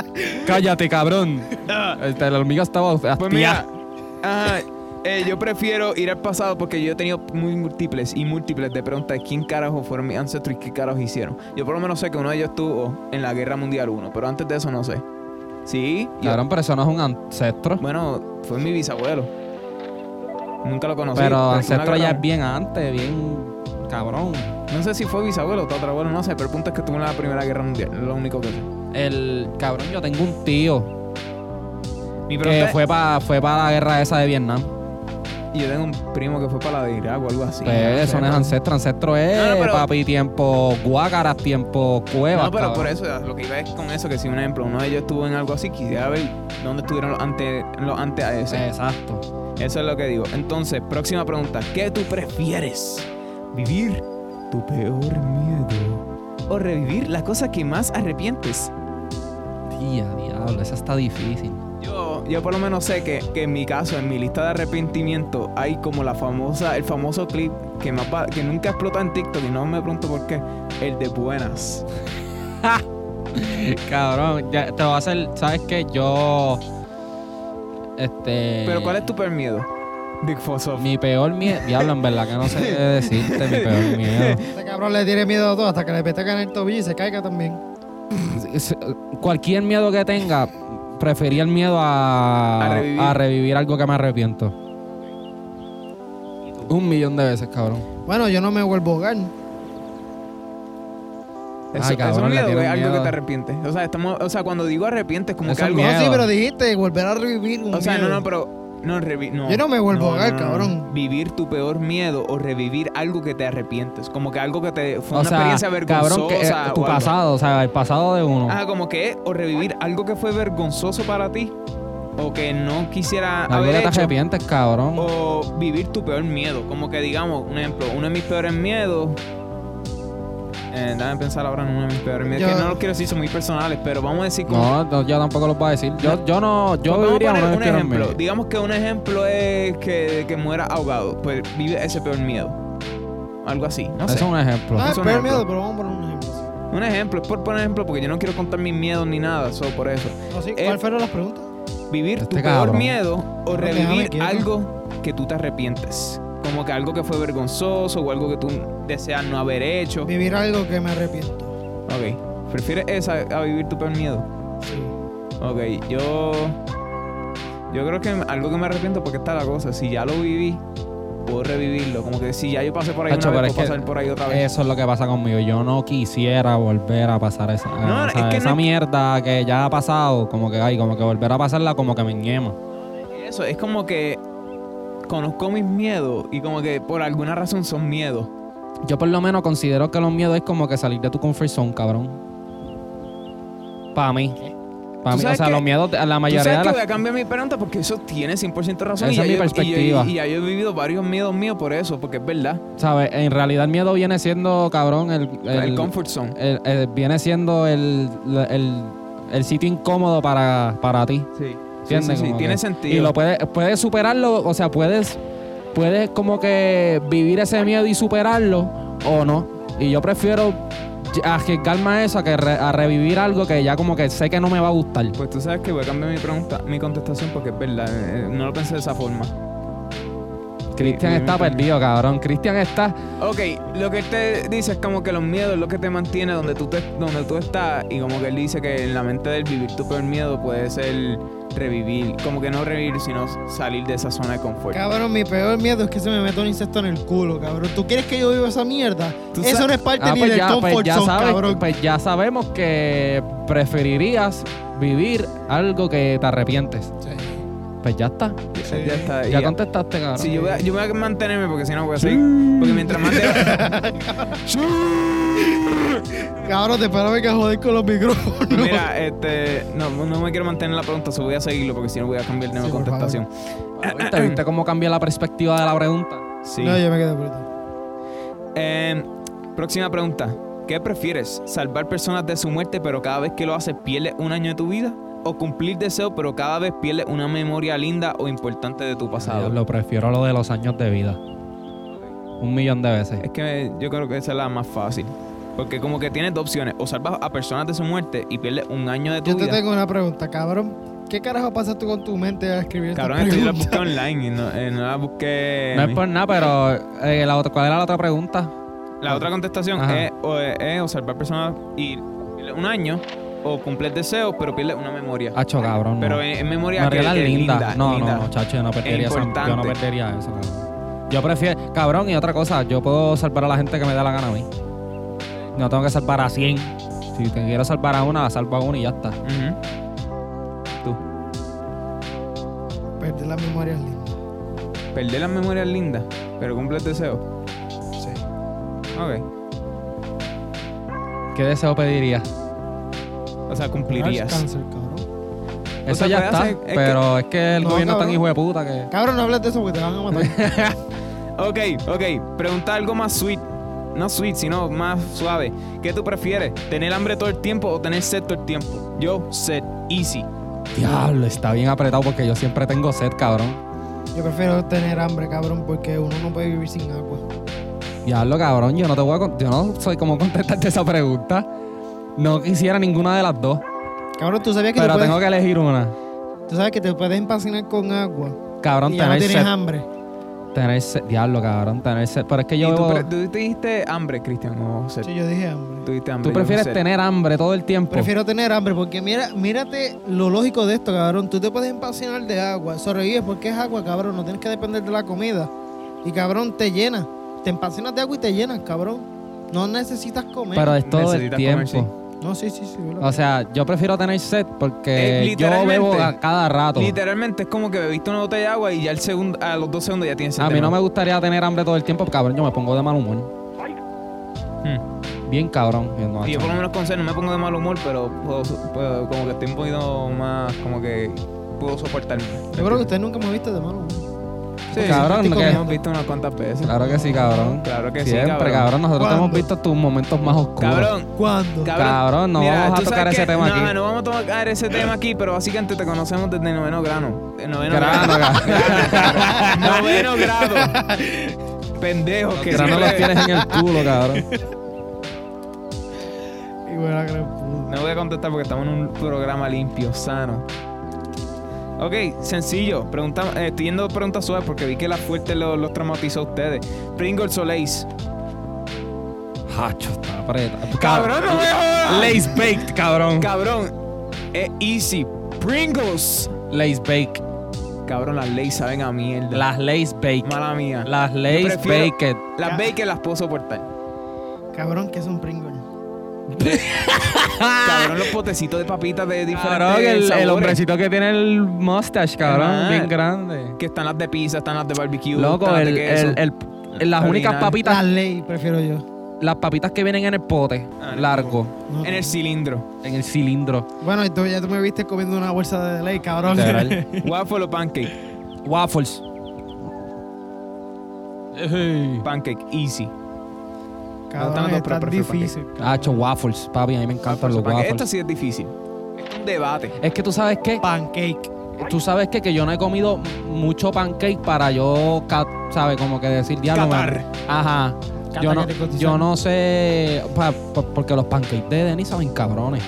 S4: Cállate, cabrón. El, Este, la hormiga estaba
S1: Pues mira, ajá, Eh, yo prefiero ir al pasado porque yo he tenido muy múltiples y múltiples de preguntas de quién carajo fueron mis ancestros y qué carajos hicieron. Yo por lo menos sé que uno de ellos estuvo en la Guerra Mundial 1, pero antes de eso no sé. Sí, yo-
S4: Cabrón, pero eso no es un ancestro.
S1: bueno, fue mi bisabuelo. Nunca lo conocí.
S4: pero
S1: una
S4: ancestro ya
S1: guerra-
S4: es bien antes, bien cabrón.
S1: No sé si fue bisabuelo o tatarabuelo, no sé, pero el punto es que estuvo en la Primera Guerra Mundial, es lo único que sé.
S4: El cabrón, yo tengo un tío
S1: Mi
S4: que
S1: pregunta
S4: fue para fue pa la guerra esa de Vietnam.
S1: es- y yo tengo un primo que fue para la de Irak o algo así.
S4: Pues eso no es ancestro, ancestro es
S1: No, no, pero-
S4: papi tiempo guácaras, tiempo cuevas.
S1: No, pero
S4: cabrón.
S1: por eso, lo que iba es con eso, que si un ejemplo, uno de ellos estuvo en algo así, quisiera ver dónde estuvieron los ante, los ante a
S4: Eh.
S1: ese.
S4: Exacto.
S1: Eso es lo que digo. Entonces, próxima pregunta. ¿Qué tú prefieres? ¿Vivir tu peor miedo? ¿O revivir la cosa que más arrepientes?
S4: Tía, diablo, esa está difícil.
S1: Yo, yo por lo menos sé que, que en mi caso, en mi lista de arrepentimiento, hay como la famosa, el famoso clip que, más va- que nunca explotó en TikTok y no me pregunto por qué, el de buenas.
S4: Cabrón, ya te voy a hacer, ¿sabes qué? Yo. Este.
S1: Pero ¿cuál es tu peor miedo? Big Fossof.
S4: Mi peor miedo. Diablo, en verdad que no sé qué decirte, mi peor miedo.
S3: Este cabrón le tiene miedo a todo hasta que le petecan el tobillo y se caiga también.
S4: Es- Cualquier miedo que tenga, prefería el miedo a.
S1: A revivir.
S4: a revivir algo que me arrepiento. Un millón de veces, cabrón.
S3: Bueno, yo no me vuelvo a hogar.
S1: Eso, eso
S4: Ay,
S1: es
S4: cabrón, le
S1: miedo,
S4: tiene
S1: güey, algo
S4: miedo.
S1: que te arrepientes. O sea, estamos, o sea, cuando digo arrepientes, como
S4: Eso
S1: que
S4: es
S1: algo.
S3: No,
S4: Miedo.
S3: sí, pero dijiste volver a revivir un
S1: O sea, no,
S3: miedo.
S1: no, pero. No, revi- no.
S3: Yo no me vuelvo a ahogar,
S1: no, no, no.
S3: cabrón.
S1: Vivir tu peor miedo o revivir algo que te arrepientes. Como que algo que te. Fue
S4: o
S1: una
S4: sea,
S1: experiencia vergonzosa.
S4: cabrón, que,
S1: o
S4: eh, tu
S1: algo. Ah,
S4: pasado, o sea, el pasado de uno.
S1: Ajá, como que. O revivir algo que fue vergonzoso para ti. O que no quisiera
S4: algo que
S1: haber
S4: te
S1: hecho. Oh,
S4: arrepientes, cabrón.
S1: O vivir tu peor miedo. Como que, digamos, un ejemplo, uno de mis peores miedos. Eh, dame pensar ahora en uno de mis peores miedos.
S3: Yo-
S1: Que no los quiero decir, son muy personales, pero vamos a decir como.
S4: No, no, yo tampoco lo voy a decir. Yo, yo no, yo
S1: Pues vamos a
S4: viviría
S1: poner
S4: uno de mis
S1: un
S4: peores
S1: ejemplo.
S4: miedos.
S1: Digamos que un ejemplo es que, que muera ahogado. Pues vive ese peor miedo. Algo así. No
S4: Eso
S1: sé. Ah,
S4: es un ejemplo.
S3: No,
S1: es
S3: es
S1: un
S3: peor
S1: ejemplo.
S3: miedo, Ah, pero vamos a poner un ejemplo.
S1: Un ejemplo, es por poner ejemplo, porque yo no quiero contar mis miedos ni nada, solo por eso.
S3: No, sí,
S1: Eh,
S3: ¿Cuál fueron las preguntas?
S1: Vivir
S4: Este
S1: tu peor
S4: cabrón.
S1: miedo o
S3: Cabrón, déjame
S1: revivir
S3: quieto.
S1: algo que tú te arrepientes. Como que algo que fue vergonzoso o algo que tú deseas no haber hecho.
S3: Vivir algo que me arrepiento.
S1: Ok. ¿Prefieres esa a vivir tu peor miedo?
S3: Sí.
S1: Ok, yo. Yo creo que algo que me arrepiento porque está la cosa. Si ya lo viví, puedo revivirlo. Como que si ya yo pasé por ahí
S4: Hacho,
S1: una
S4: pero
S1: vez,
S4: es
S1: puedo
S4: que
S1: pasar por ahí otra vez.
S4: Eso es lo que pasa conmigo. Yo no quisiera volver a pasar esa,
S1: No,
S4: o
S1: es
S4: sea,
S1: que
S4: esa
S1: no-
S4: mierda que ya ha pasado. Como que ay, como que volver a pasarla como que me ñema.
S1: Eso, es como que conozco mis miedos y como que por alguna razón son miedos.
S4: Yo por lo menos considero que los miedos es como que salir de tu comfort zone, cabrón. Para mí. Para
S1: ¿Tú
S4: mí, o
S1: sabes
S4: sea,
S1: que-
S4: los miedos, de- la
S1: Tú
S4: mayoría
S1: sabes
S4: de
S1: que
S4: las
S1: voy a cambiar mi pregunta porque eso tiene 100% razón.
S4: Esa
S1: y
S4: es
S1: ya
S4: mi
S1: yo- y yo-
S4: perspectiva.
S1: Y, ya yo he vivido varios miedos míos por eso, porque es verdad.
S4: ¿sabes? En realidad el miedo viene siendo, cabrón, el,
S1: El,
S4: el-
S1: comfort zone.
S4: el- el- viene siendo el, el, el sitio incómodo para, para ti.
S1: Sí. Sí,
S4: ¿Entiendes?
S1: sí,
S4: Como
S1: tiene
S4: que-
S1: sentido.
S4: Y lo puedes, puedes superarlo, o sea, puedes, puedes como que vivir ese miedo y superarlo o no. Y yo prefiero arriesgarme a eso, a, que re- a revivir algo que ya como que sé que no me va a gustar.
S1: Pues tú sabes que voy a cambiar mi pregunta, mi contestación porque es verdad. eh, eh, No lo pensé de esa forma.
S4: Cristian
S1: sí,
S4: está
S1: sí.
S4: perdido, cabrón. Cristian está...
S1: Ok, lo que él te dice es como que los miedos es lo que te mantiene donde tú, te- donde tú estás y como que él dice que en la mente del vivir tu peor miedo puede ser revivir, como que no revivir sino salir de esa zona de confort.
S3: Cabrón, mi peor miedo es que se me meta un insecto en el culo, cabrón. ¿Tú quieres que yo viva esa mierda?
S1: Tú
S3: Eso
S1: sabes-
S3: no es parte
S4: Ah,
S3: ni
S4: pues
S3: del
S4: ya, pues
S3: comfort
S4: ya
S3: zone,
S4: sabes-
S3: cabrón.
S4: pues ya sabemos que preferirías vivir algo que te arrepientes. Pues ya está.
S1: Ya- Ya está.
S4: Ya
S1: y-
S4: contestaste, cabrón.
S1: Sí, yo voy, a, yo voy a mantenerme porque si no voy a seguir. Porque mientras más te,
S3: Cabrón, te espero que joder con los micrófonos.
S1: Mira, este. No, no me quiero mantener en la pregunta, solo voy a seguirlo porque si no voy a cambiar de
S3: Sí, por
S1: contestación.
S4: ¿Viste, ¿Viste cómo cambia la perspectiva de la pregunta?
S1: Sí.
S3: No, yo me quedé puesto.
S1: Eh, próxima pregunta. ¿Qué prefieres? ¿Salvar personas de su muerte pero cada vez que lo haces pierdes un año de tu vida? ¿O cumplir deseos pero cada vez pierdes una memoria linda o importante de tu pasado?
S4: Lo prefiero lo de los años de vida. Un millón de veces.
S1: Es que yo creo que esa es la más fácil. Porque como que tienes dos opciones. O salvas a personas de su muerte y pierdes un año de tu
S3: Yo te
S1: vida.
S3: tengo una pregunta, cabrón. ¿Qué carajo pasa tú con tu mente al escribir esta
S1: Cabrón, esto yo la
S3: pregunta?
S1: busqué online y no, eh, no la busqué.
S4: No es por nada, pero eh, la otra, ¿cuál era la otra pregunta?
S1: La otra contestación
S4: Ajá.
S1: es, o, es- es observar personas y pierdes un año o cumples deseos, pero pierdes una memoria.
S4: Hacho, cabrón. no.
S1: Pero en, en memoria
S4: Una
S1: que-
S4: regla
S1: que es
S4: linda. No,
S1: linda.
S4: no, no, chacho, yo no perdería esa, yo no
S1: importante.
S4: perdería eso, cabrón. Yo prefiero, cabrón, y otra cosa, yo puedo salvar a la gente que me da la gana a mí. No tengo que salvar a 100. Si te quiero salvar a una, salvo a una y ya está.
S1: Ujú.
S3: Perder la memoria es lindo.
S1: Perder las memorias lindas, pero cumples deseos.
S3: Sí.
S1: Ok.
S4: ¿Qué deseo pedirías?
S1: O sea,
S3: Heart
S1: cumplirías.
S3: cancer, cabrón.
S4: Eso
S1: sea,
S4: ya
S1: puede
S4: está,
S1: ser- es que-
S4: pero es que el
S3: No,
S4: gobierno es tan
S3: cabrón.
S4: hijo de puta que...
S3: Cabrón, no hables de eso porque te van a matar.
S1: Ok, ok. Pregunta algo más sweet. No sweet, sino más suave. ¿Qué tú prefieres? ¿Tener hambre todo el tiempo o tener sed todo el tiempo? Yo, sed. Easy.
S4: Diablo, está bien apretado porque yo siempre tengo sed, cabrón.
S3: Yo prefiero tener hambre, cabrón, porque uno no puede vivir sin agua.
S4: Diablo, cabrón, yo no te voy a... con- Yo no soy como contestarte esa pregunta. No quisiera ninguna de las dos,
S3: Cabrón, tú sabías que, te
S4: pero
S3: puedes,
S4: tengo que elegir una.
S3: tú sabes que te puedes empacinar con agua.
S4: Cabrón,
S3: y ya no
S4: tener
S3: tienes
S4: sed.
S3: hambre.
S4: Tener sed. Diablo, cabrón, tener sed. Pero es que
S1: ¿Y
S4: yo
S1: tú,
S4: bebo-
S1: pre- tú te dijiste hambre, Cristian, o sed?
S3: Sí, yo dije hambre.
S1: Tú, dijiste hambre,
S4: Tú
S1: yo
S4: prefieres
S1: sed.
S4: tener hambre todo el tiempo.
S3: Prefiero tener hambre porque mira, mírate lo lógico de esto, cabrón. Tú te puedes empacinar de agua. Sobrevives porque es agua, cabrón. No tienes que depender de la comida. Y cabrón, te llena. Te empacinas de agua y te llenas, cabrón. No necesitas comer.
S4: pero es todo el
S1: Necesitas comer,
S4: tiempo.
S3: No, sí, sí, sí. yo lo-
S4: O sea, yo prefiero tener sed
S1: Eh,
S4: porque yo
S1: literalmente.
S4: bebo a cada rato.
S1: Literalmente es como que bebiste una botella de agua y ya el segundo, a los dos segundos ya tienes sed
S4: A
S1: de
S4: mí no me
S1: nuevo.
S4: gustaría tener hambre todo el tiempo, cabrón. Yo me pongo de mal humor.
S1: Hmm.
S4: Bien cabrón. Yo no,
S1: Y yo por lo
S4: chaval.
S1: menos con sed no me pongo de mal humor, pero puedo so- puedo- como que estoy un poquito más, como que puedo soportarme.
S3: Yo creo que ustedes nunca me han visto de malo. güey.
S1: Sí,
S4: Cabrón,
S1: sí,
S4: que-
S1: hemos visto unas cuantas veces.
S4: Claro que sí, cabrón.
S1: Claro que sí,
S4: Siempre,
S1: cabrón.
S4: cabrón. Nosotros te hemos
S3: ¿Cuándo?
S4: visto tus momentos más oscuros.
S1: Cabrón,
S3: ¿Cuándo?
S1: Cabrón,
S4: Cabrón, no vamos a
S1: tú sabes
S4: tocar ese
S1: que-
S4: tema
S1: no,
S4: aquí.
S1: No, vamos a tocar ese tema aquí, pero básicamente te conocemos desde el noveno grano. El noveno
S4: Grano, cabrón.
S1: grado. noveno grado. Pendejos que eh.
S4: Grano los
S1: siempre-
S4: tienes en el culo, cabrón.
S3: Y bueno, la gran puta.
S1: No voy a contestar porque estamos en un programa limpio, sano. Ok, sencillo. Pregunta, eh, estoy yendo preguntas suaves porque vi que la fuerte lo- los traumatizó a ustedes. Pringles o Lace.
S4: Hacho, está apretado.
S1: no me jodas.
S4: Lace baked, cabrón.
S1: Cabrón, es easy. Pringles.
S4: Lace bake.
S1: Cabrón, las Lace saben a mierda.
S4: Las Lace bake.
S1: Mala mía.
S4: Las Lace
S1: prefiero-
S4: baked.
S1: Las Baker las puedo soportar.
S3: Cabrón, que es un Pringle.
S1: Cabrón, los potecitos de papitas de diferentes
S4: Cabrón, Ah. el, el
S1: sabores.
S4: hombrecito que tiene el mustache, cabrón,
S1: Ajá.
S4: bien grande.
S1: Que están las de pizza, están las de barbecue.
S4: Loco,
S1: están las
S4: el,
S1: de queso.
S4: el, el- las
S1: Original.
S4: únicas papitas,
S3: La ley, prefiero yo.
S4: las papitas que vienen en el pote,
S1: Ah, no.
S4: largo,
S3: No.
S1: En el cilindro.
S4: en el cilindro.
S3: Bueno, y tú ya tú me viste comiendo una bolsa de ley, cabrón.
S4: Literal.
S1: Waffle o pancake.
S4: Waffles.
S1: Pancake, easy.
S3: cabrón,
S1: tanto,
S3: está
S1: pero prefiero
S3: difícil.
S4: Hacho, waffles, papi, a mí me encantan los
S1: Pancake. Esto
S4: waffles.
S1: sí es difícil. Es un debate.
S4: Es que tú sabes que,
S3: Pancake.
S4: tú sabes que, que yo no he comido mucho pancake para yo, ca- ¿sabes? Como que decir diálogo.
S1: Catar.
S4: Ajá. Yo no, yo no sé, pa- pa- porque los pancakes de Denis saben cabrones.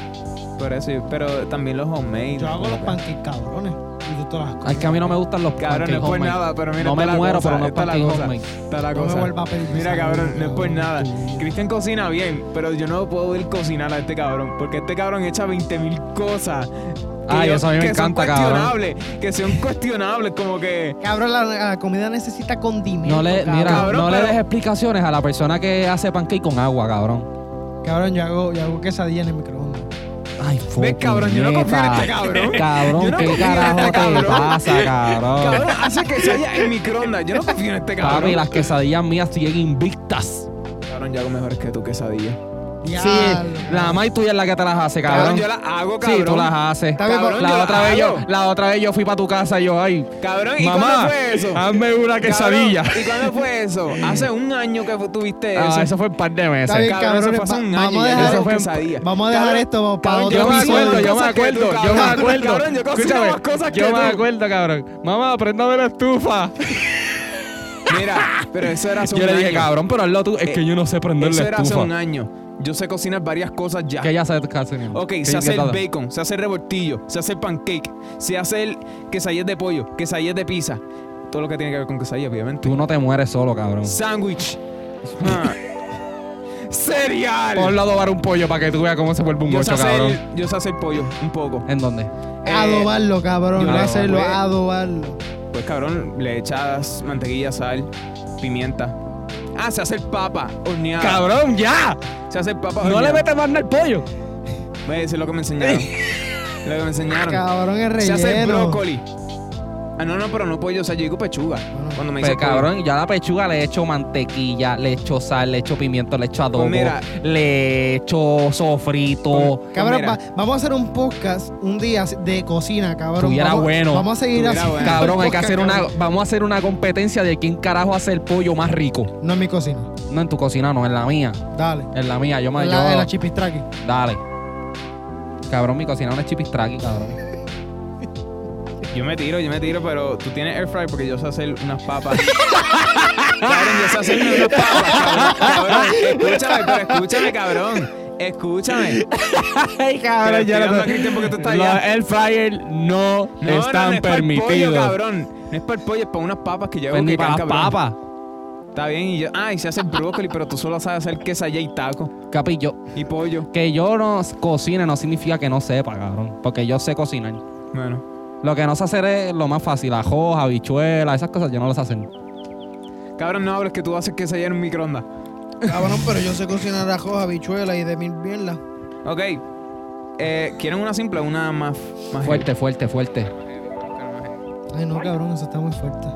S1: Por eso, yo- pero también los homemade.
S3: Yo hago
S1: como
S3: los
S1: que-
S3: pancakes, cabrones. Y tú te las comes.
S4: Es que a mí no me gustan los
S1: Cabrón, no
S4: pancakes
S1: es por
S4: homemade.
S1: nada, pero mira.
S4: no me
S1: está la
S4: muero
S1: cosa,
S4: por unos
S1: está la
S4: pancakes
S1: cosa,
S4: homemade.
S1: está la
S3: No me
S1: cosa.
S3: vuelva a pedir
S1: Mira,
S3: esa
S1: cabrón,
S3: mierda,
S1: no es por
S3: cabrón.
S1: nada. Cristian cocina bien, pero yo no puedo ver cocinar a este cabrón, porque este cabrón echa 20 mil cosas. que
S4: Ay, Ah, eso a mí me
S1: que son
S4: encanta, cabrón.
S1: cuestionables, Que son cuestionables, como que.
S3: Cabrón, la, la comida necesita condimento.
S4: No le,
S3: cabrón.
S4: mira,
S1: Cabrón,
S4: no le
S1: pero-
S4: des explicaciones a la persona que hace pancake con agua, cabrón.
S3: Cabrón, yo hago, yo hago quesadilla en el microondas.
S4: Ay, fucking
S1: cabrón? Yo no confío en
S4: neta.
S1: este cabrón.
S4: Cabrón,
S1: Yo no
S4: ¿qué
S1: confío en
S4: carajo
S1: este
S4: te
S1: cabrón.
S4: pasa, cabrón?
S1: Cabrón, hace que se haya en microondas. Yo no confío en este cabrón.
S4: Papi, las quesadillas mías siguen invictas.
S1: Cabrón, yo hago mejores que tú quesadilla.
S3: Diablo.
S4: Sí, la más tuya es la que te las hace,
S1: Cabrón,
S4: cabrón.
S1: yo las hago, cabrón.
S4: sí, tú las haces.
S3: Está bien,
S1: Cabrón, yo
S4: la otra
S1: las
S4: vez yo,
S1: hago.
S4: la otra vez yo fui para tu casa y yo, ay,
S1: Cabrón, ¿y
S4: mamá,
S1: cuándo fue eso?
S4: hazme una
S1: Cabrón,
S4: quesadilla.
S1: ¿Y cuándo fue eso? Hace un año que fu- tuviste eso.
S4: Ah, eso fue un par de
S3: Está
S4: meses.
S3: bien,
S1: Cabrón, eso
S3: cabrones,
S1: fue hace un
S3: va-
S1: año.
S3: vamos a
S1: ya
S3: dejar-
S1: yo
S4: Eso fue-
S1: quesadilla.
S3: vamos a dejar esto para
S1: cabrón,
S3: otro
S4: Yo me
S3: episodio.
S4: acuerdo, yo me
S1: Cosas que tú,
S4: acuerdo, yo me
S1: cabrón.
S4: acuerdo.
S1: Cabrón, yo cocino
S4: Escúchame,
S1: más cosas que
S4: yo me
S1: tú.
S4: acuerdo, cabrón. Mamá, aprendame la estufa.
S1: Mira, pero eso era hace
S4: Yo
S1: un
S4: le dije,
S1: año.
S4: cabrón, pero hazlo tú. Es
S1: Eh,
S4: que yo no sé prender
S1: Eso
S4: la
S1: era hace
S4: estufa.
S1: un año. Yo sé cocinar varias cosas ya.
S4: Que ya sabes casi ni-
S1: Ok,
S4: que-
S1: se hace
S4: que
S1: el
S4: nada.
S1: bacon, se hace el revoltillo, se hace el pancake, se hace el quesadillas de pollo, quesadillas de pizza. Todo lo que tiene que ver con quesadillas, obviamente.
S4: Tú no te mueres solo, cabrón.
S1: Sándwich. Ah. Cereal.
S4: Ponlo a adobar un pollo para que tú veas cómo se vuelve un
S1: yo, sé
S4: gocho,
S1: hacer,
S4: cabrón.
S1: yo sé hacer pollo, un poco.
S4: ¿En dónde?
S1: Eh,
S3: adobarlo, cabrón.
S1: yo
S3: No
S1: no-
S3: hacerlo,
S1: pues-
S3: adobarlo.
S1: Pues cabrón, le echas mantequilla, sal, pimienta. Ah, se hace el papa horneado.
S4: ¡Cabrón, ya!
S1: Se hace el papa
S4: No le
S1: horneado.
S4: metes más al pollo.
S1: Ve, Eso es lo que me enseñaron. lo que me enseñaron.
S3: Cabrón, es
S1: Se
S3: relleno.
S1: hace el brócoli. Ah, no, no, pero no pollo. O sea, yo digo pechuga. Cuando me
S4: Pues
S1: dice
S4: cabrón, ya la pechuga le echo mantequilla, le echo sal, le echo pimiento, le echo adobo,
S1: Pues mira.
S4: le echo sofrito.
S3: Cabrón,
S1: Mira.
S3: va- vamos a hacer un podcast un día de cocina, cabrón.
S4: Tuviera
S3: vamos,
S4: bueno.
S3: Vamos a seguir
S1: Tuviera
S3: así.
S1: bueno.
S4: Cabrón, hay que
S3: podcast,
S4: hacer una,
S3: cabrón.
S4: vamos a hacer una competencia de quién carajo hace el pollo más rico.
S3: No en mi cocina.
S4: No en tu cocina, no, en la mía.
S3: Dale.
S4: En la mía, yo me
S3: la de
S4: yo-
S3: la chipistraqui.
S4: Dale. Cabrón, mi cocina no es chipistraqui, cabrón.
S1: Yo me tiro, yo me tiro, pero tú tienes air fry porque yo sé hacer unas papas. cabrón, yo sé hacer unas papas, cabrón, cabrón. Escúchame, pero escúchame, cabrón. Escúchame.
S4: Ay,
S1: Pero estoy hablando aquí el tiempo que tú estás allá.
S4: El fryer no,
S1: No, no, no, es para el pollo, cabrón. No es para el pollo, es para unas papas que yo hago
S4: Pues ni
S1: que
S4: para
S1: caen,
S4: las
S1: cabrón.
S4: papas.
S1: Está bien, y yo, ay, se hace brócoli, pero tú solo sabes hacer quesadilla y taco
S4: Capi, yo-
S1: y pollo.
S4: que yo no cocine no significa que no sepa, cabrón. Porque yo sé cocinar.
S1: Bueno,
S4: Lo que no sé hacer es lo más fácil, ajos, habichuelas, esas cosas yo no las sé hacer.
S1: cabrón, no hables que tú haces quesadilla en un microondas.
S3: Cabrón, pero yo sé cocinar ajos, habichuelas y de mil mierdas.
S1: Ok. Eh, ¿Quieren una simple o una más, más
S4: Fuerte, fuerte, fuerte.
S3: Ay, no, cabrón, eso está muy fuerte.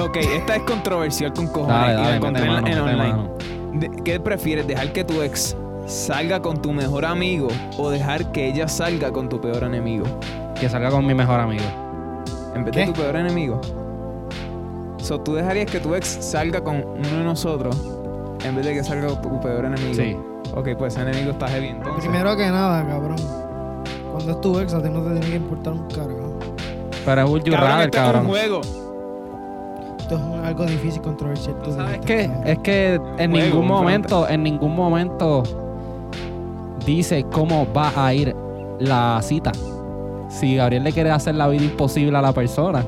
S1: Ok, esta es controversial con cojones.
S4: Dale,
S1: y la
S4: dale,
S1: encontré
S4: mete
S1: en,
S4: mano,
S1: en
S4: mete
S1: online.
S4: mano.
S1: De- ¿Qué prefieres, dejar que tu ex salga con tu mejor amigo o dejar que ella salga con tu peor enemigo?
S4: Que salga con mi mejor amigo.
S1: En vez
S3: ¿Qué?
S1: de tu peor enemigo. So, tú dejarías que tu ex salga con uno de nosotros en vez de que salga con tu peor enemigo.
S4: Sí.
S1: Ok, pues ese enemigo está heavy entonces.
S3: Primero que nada, cabrón. Cuando es tu ex, a ti no te tiene que importar un carajo.
S4: Pero es un
S1: cabrón,
S4: raro,
S1: este es un
S4: cabrón.
S1: juego.
S3: Esto es un- algo difícil, controversial. tú
S1: sabes
S3: dijiste,
S4: que
S3: cabrón.
S4: es que en
S1: Juego,
S4: ningún
S1: un
S4: momento, en ningún momento dice cómo va a ir la cita. Si Gabriel le quiere hacer la vida imposible a la persona,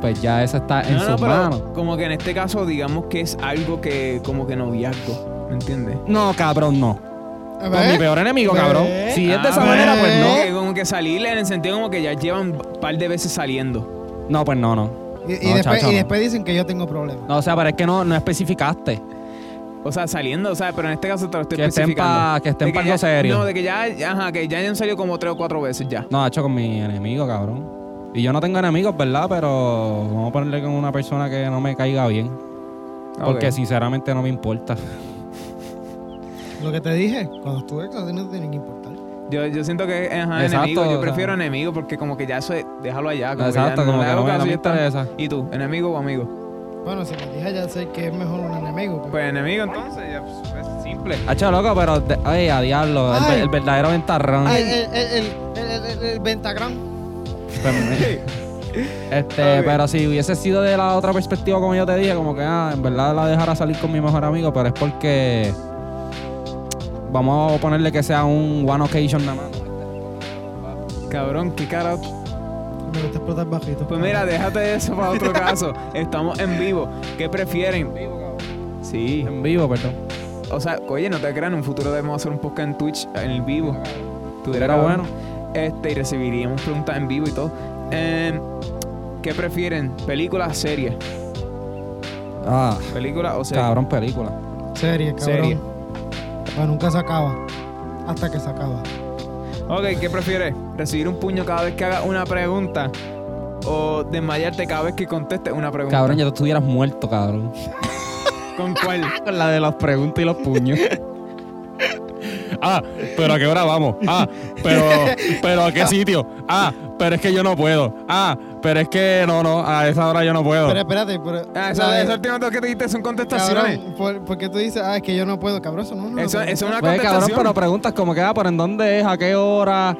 S4: pues ya eso está en
S1: No, no,
S4: sus
S1: pero
S4: manos.
S1: Como que en este caso, digamos que es algo que, como que noviazgo, ¿me entiendes?
S4: No, cabrón, no. Con
S3: A
S4: mi
S3: ver,
S4: peor enemigo,
S3: ¿Ves?
S4: cabrón. Si es de esa
S1: Ah,
S4: manera,
S3: ¿ves?
S4: pues no.
S1: Que como que salirle en el sentido como que ya llevan un par de veces saliendo.
S4: No, pues no, no.
S3: y, y
S4: No,
S3: después,
S4: chacho,
S3: y
S4: no.
S3: después dicen que yo tengo problemas.
S4: No, o sea, pero es que no, no especificaste.
S1: O sea, saliendo, o sea, pero en este caso te lo estoy
S4: Que estén
S1: especificando.
S4: pa- que estén
S1: De
S4: pa algo
S1: ya-
S4: serio.
S1: No, de que ya, ajá, que ya han salido como tres o cuatro veces ya.
S4: No, ha hecho con mi enemigo, cabrón. Y yo no tengo enemigos, ¿verdad? Pero vamos a ponerle con una persona que no me caiga bien. Porque
S1: Ok.
S4: sinceramente no me importa.
S3: Lo que te dije, cuando es tu ex, a ti no te tiene que importar.
S1: Yo, yo siento que ajá,
S4: Exacto,
S1: enemigo,
S4: o
S1: yo
S4: sea.
S1: prefiero enemigo porque como que ya eso es- déjalo allá. Como
S4: Exacto,
S1: que ya
S4: como
S1: le
S4: que
S1: hago
S4: no me,
S1: caso
S4: no me
S1: y está.
S4: interesa.
S1: ¿Y tú, enemigo o amigo?
S3: Bueno, si me dije ya sé que es mejor un enemigo. pero-
S1: Pues enemigo entonces, ya, pues, es simple.
S4: Hacho, loco, pero... de- ay, a diablo. El,
S3: Ay.
S4: ve- el verdadero ventarrón.
S3: Ay, Ah, el, el, el, el, el, el Ventagram.
S4: Pues, me- este,
S1: Ok.
S4: pero si hubiese sido de la otra perspectiva, como yo te dije, como que ah, en verdad la dejara salir con mi mejor amigo, pero es porque vamos a ponerle que sea un one occasion nada más.
S1: Cabrón, qué carajo.
S3: Me gusta explotar bajito.
S1: Pues mira, déjate eso para otro caso. Estamos en vivo. ¿Qué prefieren? Sí.
S4: En vivo, perdón.
S1: O sea, oye, no te crean, en un futuro debemos hacer un podcast en Twitch en el vivo.
S4: Era
S1: cabrón.
S4: bueno.
S1: Este, y recibiríamos preguntas en vivo y todo. Eh, ¿Qué prefieren? ¿Películas, series?
S4: Ah,
S1: ¿Películas o series?
S4: cabrón, película.
S3: Serie, cabrón.
S1: Serie.
S3: Pues nunca se acaba. Hasta que se acaba.
S1: Ok, ¿qué prefieres? ¿Recibir un puño cada vez que hagas una pregunta? ¿O desmayarte cada vez que contestes una pregunta?
S4: Cabrón, ya tú estuvieras muerto, cabrón.
S1: ¿Con cuál?
S4: Con la de las preguntas y los puños.
S2: Ah, pero a qué hora vamos. Ah, pero, pero a qué sitio. Ah, pero es que yo no puedo. Ah, pero es que no, no, a esa hora yo no puedo.
S3: Pero espérate, pero.
S1: Ah,
S3: la
S1: esa,
S3: de-
S1: esa última dos que te diste son contestaciones.
S3: Cabrón, ¿por, por qué tú dices, ah, es que yo no puedo, cabrón? Eso no, no
S1: Eso,
S3: puedo.
S1: eso es una
S4: Pues, cabrón,
S1: contestación.
S4: pero preguntas como que, ah, ¿por en dónde es? ¿A qué hora?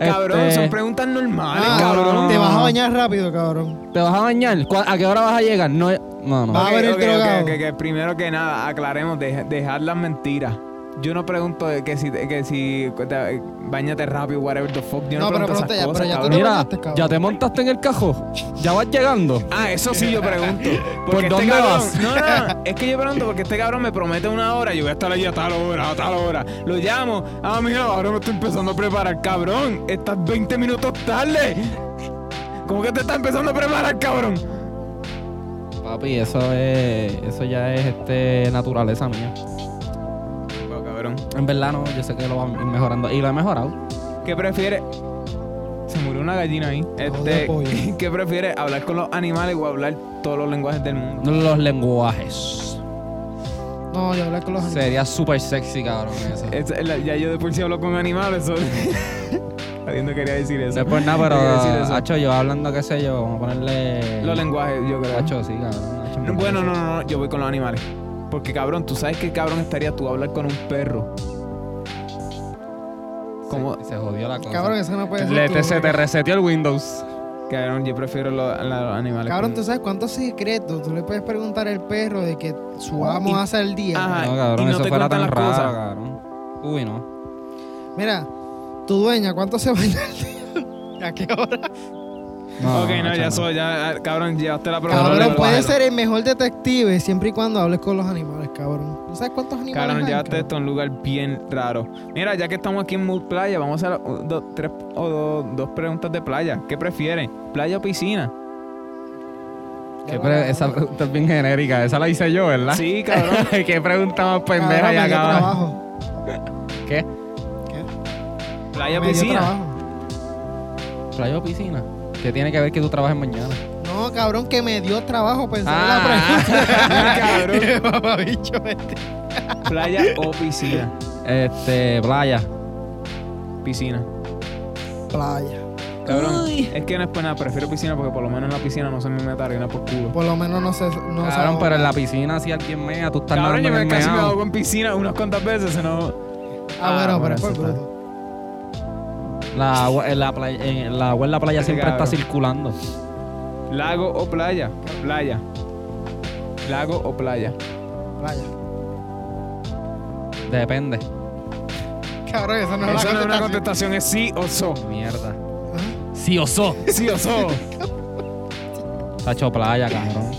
S1: Cabrón,
S4: Este,
S1: son preguntas normales,
S3: Ah,
S1: cabrón.
S3: Te vas a bañar rápido, cabrón.
S4: ¿Te vas a bañar? ¿Cuál- ¿A qué hora vas a llegar? No, no, no.
S3: Va a
S1: Ok,
S3: haber el
S1: ok,
S3: drogado.
S1: ok, ok, ok. Primero que nada, aclaremos, dej- dejar las mentiras. Yo no pregunto de que si, que si te- bañate rápido, whatever the fuck. Yo no,
S3: No, pero
S1: pregunto esas
S3: pronto ya,
S1: cosas,
S3: pero ya tú
S1: cabrón.
S3: te
S4: Mira,
S3: bañaste, cabrón.
S4: ya te montaste en el cajo. Ya vas llegando.
S1: Ah, eso sí yo pregunto. Porque este
S4: dónde
S1: cabrón,
S4: vas?
S1: No, no, no, es que yo pregunto porque este cabrón me promete una hora, yo voy a estar allí a tal hora, a tal hora. Lo llamo, ah, mira, ahora me estoy empezando a preparar, cabrón. Estás 20 minutos tarde. ¿Cómo que te estás empezando a preparar, cabrón?
S4: Papi, eso es. Eso ya es este naturaleza mía.
S1: Bueno, cabrón.
S4: En verdad no, yo sé que lo va a ir mejorando. Y lo he mejorado.
S1: ¿Qué prefieres? Se murió una gallina ahí. Este,
S3: pollo.
S1: ¿Qué prefieres? ¿Hablar con los animales o hablar todos los lenguajes del mundo?
S4: Los lenguajes.
S3: No, yo hablé con los animales.
S4: Sería súper sexy, cabrón, eso.
S1: Es- es la- ya yo de por sí hablo con animales. so- Habiendo quería decir eso.
S4: No es por nada,
S1: Quería decir
S4: pero.
S1: eso.
S4: Hacho, yo hablando, qué sé yo, vamos a ponerle.
S1: Los lenguajes, yo creo.
S4: Hacho, sí, cabrón. hacho,
S1: No, Bueno, no, no, no, yo voy con los animales. Porque cabrón, tú sabes que cabrón estaría tú a hablar con un perro. Como
S4: Se, se jodió la cosa.
S3: Cabrón, eso no
S1: Pues
S3: puede ser.
S2: Le-
S3: tú,
S2: te- se te
S3: cabrón.
S2: reseteó el Windows.
S1: cabrón, yo prefiero los, la- los animales.
S3: Cabrón, tú sabes cuántos secretos tú le puedes preguntar al perro de que su amo
S1: Y- Ah.
S3: hace al día.
S1: Ajá.
S4: No,
S1: Y
S4: cabrón,
S1: no
S4: eso
S1: te cuentan
S4: fuera tan
S1: las
S4: raro,
S1: cosas.
S4: cabrón. Uy, no.
S3: Mira, tu dueña, ¿cuánto se baña al día? ¿A qué hora?
S1: ok, no,
S4: hacho,
S1: ya soy, ya, ah, cabrón, llevaste la pregunta.
S3: Cabrón,
S1: Cabrón,
S3: puedes ser el mejor detective siempre y cuando hables con los animales, cabrón. ¿Tú sabes cuántos animales
S1: Cabrón,
S3: hay?
S1: llevaste esto a un lugar bien raro. Mira, ya que estamos aquí en Mood Playa, vamos a hacer uh, dos, tres o dos, dos preguntas de playa. ¿Qué prefieren? ¿Playa o piscina?
S4: Qué
S3: Ya
S4: pre-
S3: lo-
S4: esa
S3: cabrón,
S4: pregunta es bien genérica. Esa la hice yo, ¿verdad?
S1: Sí, pues, cabrón.
S4: Qué pregunta más pendeja
S3: me
S4: ya,
S3: dio
S4: cabrón.
S3: trabajo.
S4: ¿Qué?
S1: ¿Playa o
S3: Me dio
S1: piscina?
S3: trabajo.
S4: ¿Playa o piscina? ¿Qué tiene que ver que tú trabajes mañana?
S3: No, cabrón, que me dio trabajo pensar
S4: Ah.
S1: Cabrón,
S3: en la pregunta. Mamabicho este.
S1: ¿Playa o piscina?
S4: Este, playa.
S1: Piscina.
S3: Playa.
S1: Cabrón, es que no es por nada, prefiero piscina porque por lo menos en la piscina no se me mete arena por culo.
S3: Por lo menos no se. No se
S4: Cabrón,
S3: ahoga.
S4: pero en la piscina si alguien mea, tú estás
S1: Cabrón, yo
S4: nadando en
S1: me
S4: el
S1: casi me
S4: meao.
S1: ahogo en piscina unas cuantas veces, no.
S3: Ah, bueno,
S1: Ah,
S3: pero
S1: bueno,
S3: es por
S1: eso está.
S3: bruto.
S4: La agua en la playa, en la, agua en la playa
S1: Ese
S4: siempre
S1: cabrón.
S4: está circulando.
S1: Lago o playa, playa. Lago o playa.
S3: Playa.
S4: Depende.
S3: Cabrón, esa no es
S1: Eso no
S3: la
S1: es una
S3: contestación.
S1: contestación, es sí o so.
S4: Mierda.
S3: Ah,
S4: Sí o so.
S1: Sí o so.
S4: Está hecho playa, cabrón.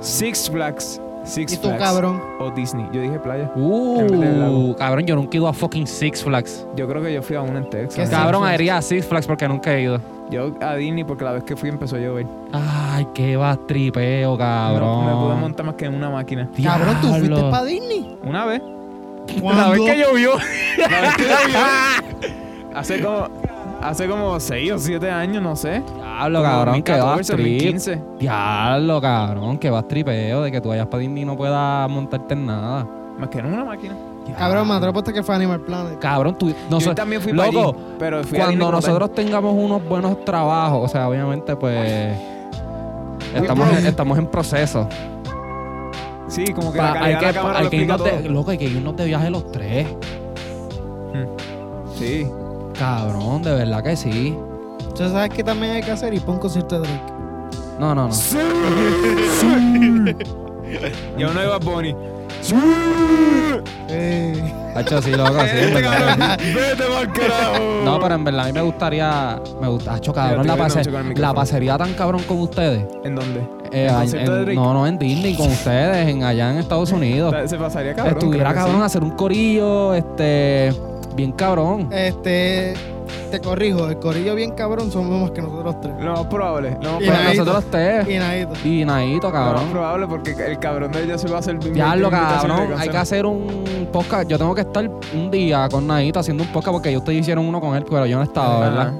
S1: Six Flags. Six
S3: Y tú,
S1: Flags.
S3: cabrón.
S1: O Disney. Yo dije playa. En vez del
S4: Uh,
S1: lago.
S4: cabrón, yo nunca he ido a fucking Six Flags.
S1: Yo creo que yo fui a una en Texas.
S3: ¿Qué
S4: Cabrón,
S3: Flags?
S4: iría a Six Flags porque nunca he ido.
S1: Yo a Disney porque la vez que fui empezó a llover. No-
S4: Ay, qué bastripeo,
S1: No
S4: cabrón.
S1: me pude montar más que en una máquina.
S3: Cabrón, tú fuiste
S4: Diablo.
S3: para Disney.
S1: Una vez.
S4: La vez que llovió.
S1: La vez que llovió. Hace como. Hace como 6 o 7 años, no sé.
S4: Diablo,
S1: Como
S4: cabrón, qué
S1: 2014,
S4: bastripeo.
S1: 2015.
S4: Diablo, cabrón, qué bastripeo de que tú vayas para Disney y no puedas montarte en nada.
S1: Más que en una máquina.
S3: Cabrón, me atrapó hasta que fue Animal Planet.
S4: Cabrón, tú. No
S1: yo
S4: sé-
S1: también fui para
S4: loco,
S1: allí, pero fui a Disney
S4: cuando
S1: como tal.
S4: nosotros tengamos unos buenos trabajos, o sea, obviamente, pues. Estamos
S3: broke.
S4: en, estamos en proceso.
S1: Sí, como que
S4: Pa-
S1: la
S4: hay
S1: calidad
S4: que,
S1: de la cámara
S4: hay
S1: lo
S4: que
S1: explica
S4: irnos de,
S1: todo.
S4: loco, hay que irnos de viaje los tres.
S1: Mm. Sí.
S4: Cabrón, de verdad que sí.
S3: Yo sabes que también hay que hacer y pon concierto de Drake.
S4: No, no, no.
S1: Y uno iba a Bonnie.
S3: Eh,
S4: Hacho, sí, loco, sí, en
S1: Este
S4: verdad.
S1: cabrón, Vete mal carajo.
S4: No, pero en verdad a mí me gustaría. Me gusta, hacho, cabrón,
S1: estoy
S4: la,
S1: bebiendo
S4: pase-
S1: mucho con el
S4: la
S1: micrófono.
S4: pasaría tan cabrón con ustedes.
S1: ¿En dónde?
S4: Eh,
S1: ¿En
S4: a-
S1: concierto de
S4: en-
S1: Drake?
S4: no, no, en Disney, con ustedes, en, allá en Estados Unidos.
S1: Se pasaría cabrón.
S4: Estuviera
S1: creo que
S4: cabrón
S1: sí.
S4: hacer un corillo, este. Bien cabrón.
S3: este, te corrijo, el corillo bien cabrón somos más que nosotros tres.
S1: Lo más probable. Lo más
S3: Y
S4: Pero
S1: probable.
S3: Nadito.
S4: Pues nosotros tres.
S3: Y nadito.
S4: Y Naito,
S1: Lo más
S4: cabrón.
S1: probable porque el cabrón de ellos se va a hacer bien.
S4: Ya lo
S1: bien invitación de
S4: cabrón. Hay que
S1: canción.
S4: hacer un podcast. Yo tengo que estar un día con Naito haciendo un podcast porque ellos te hicieron uno con él, pero yo no estaba,
S1: Ajá.
S4: ¿verdad?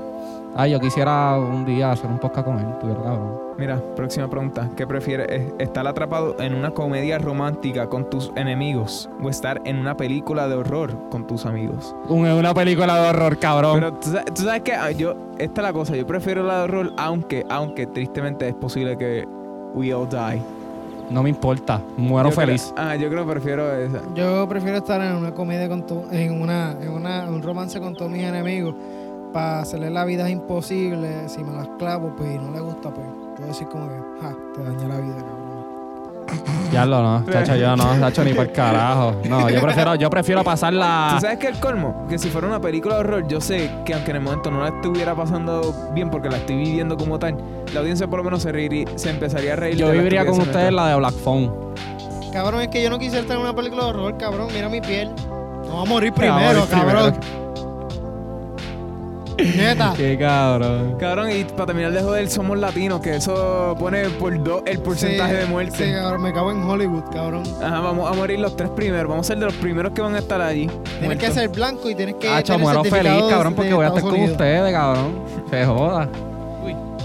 S4: Ay, yo quisiera un día hacer un podcast con él, tuviera cabrón.
S1: Mira, próxima pregunta. ¿Qué prefieres? ¿Es- ¿Estar atrapado en una comedia romántica con tus enemigos o estar en una película de horror con tus amigos?
S2: Una película de horror, cabrón.
S1: Pero tú sa- tú sabes que ah, yo, esta es la cosa, yo prefiero la de horror, aunque, aunque tristemente es posible que we all die.
S4: No me importa. Muero
S1: Yo creo-
S4: feliz.
S1: ah, yo creo que prefiero esa.
S3: Yo prefiero estar en una comedia con tu- en una, en una, un romance con todos mis enemigos. para hacerle la vida imposible, si me las clavo, pues y no le gusta, pues puedo decir como que, ja, te dañé la vida, cabrón.
S4: Ya lo no, chacho, yo no, chacho, ni por el carajo. No, yo prefiero, yo prefiero pasarla.
S1: ¿Tú sabes qué es el colmo? Que si fuera una película de horror, yo sé que aunque en el momento no la estuviera pasando bien porque la estoy viviendo como tal, la audiencia por lo menos se, reiría- se empezaría a reír.
S4: Yo
S1: de la
S4: viviría con
S1: estupidez
S4: ustedes
S1: en el-
S4: la de Black Phone.
S3: Cabrón, es que yo no quisiera estar en una película de horror, cabrón, mira mi piel. No va a morir
S4: va a
S3: primero,
S4: morir
S3: cabrón. Neta.
S4: Qué cabrón.
S1: Cabrón, y para terminar de joder, somos latinos, que eso pone por dos el porcentaje de muerte.
S3: Sí, cabrón, me cago en Hollywood, cabrón.
S1: Ajá, vamos a morir los tres primeros. Vamos a ser de los primeros que van a estar allí.
S3: Tienes que
S1: muertos.
S3: ser blanco y tienes que.
S4: Chacho,
S3: tener
S4: muero feliz,
S3: certificado de-
S4: Ah, cabrón, porque
S3: de
S4: voy a estar
S3: Estados
S4: con
S3: Unidos.
S4: ustedes, cabrón. Se joda.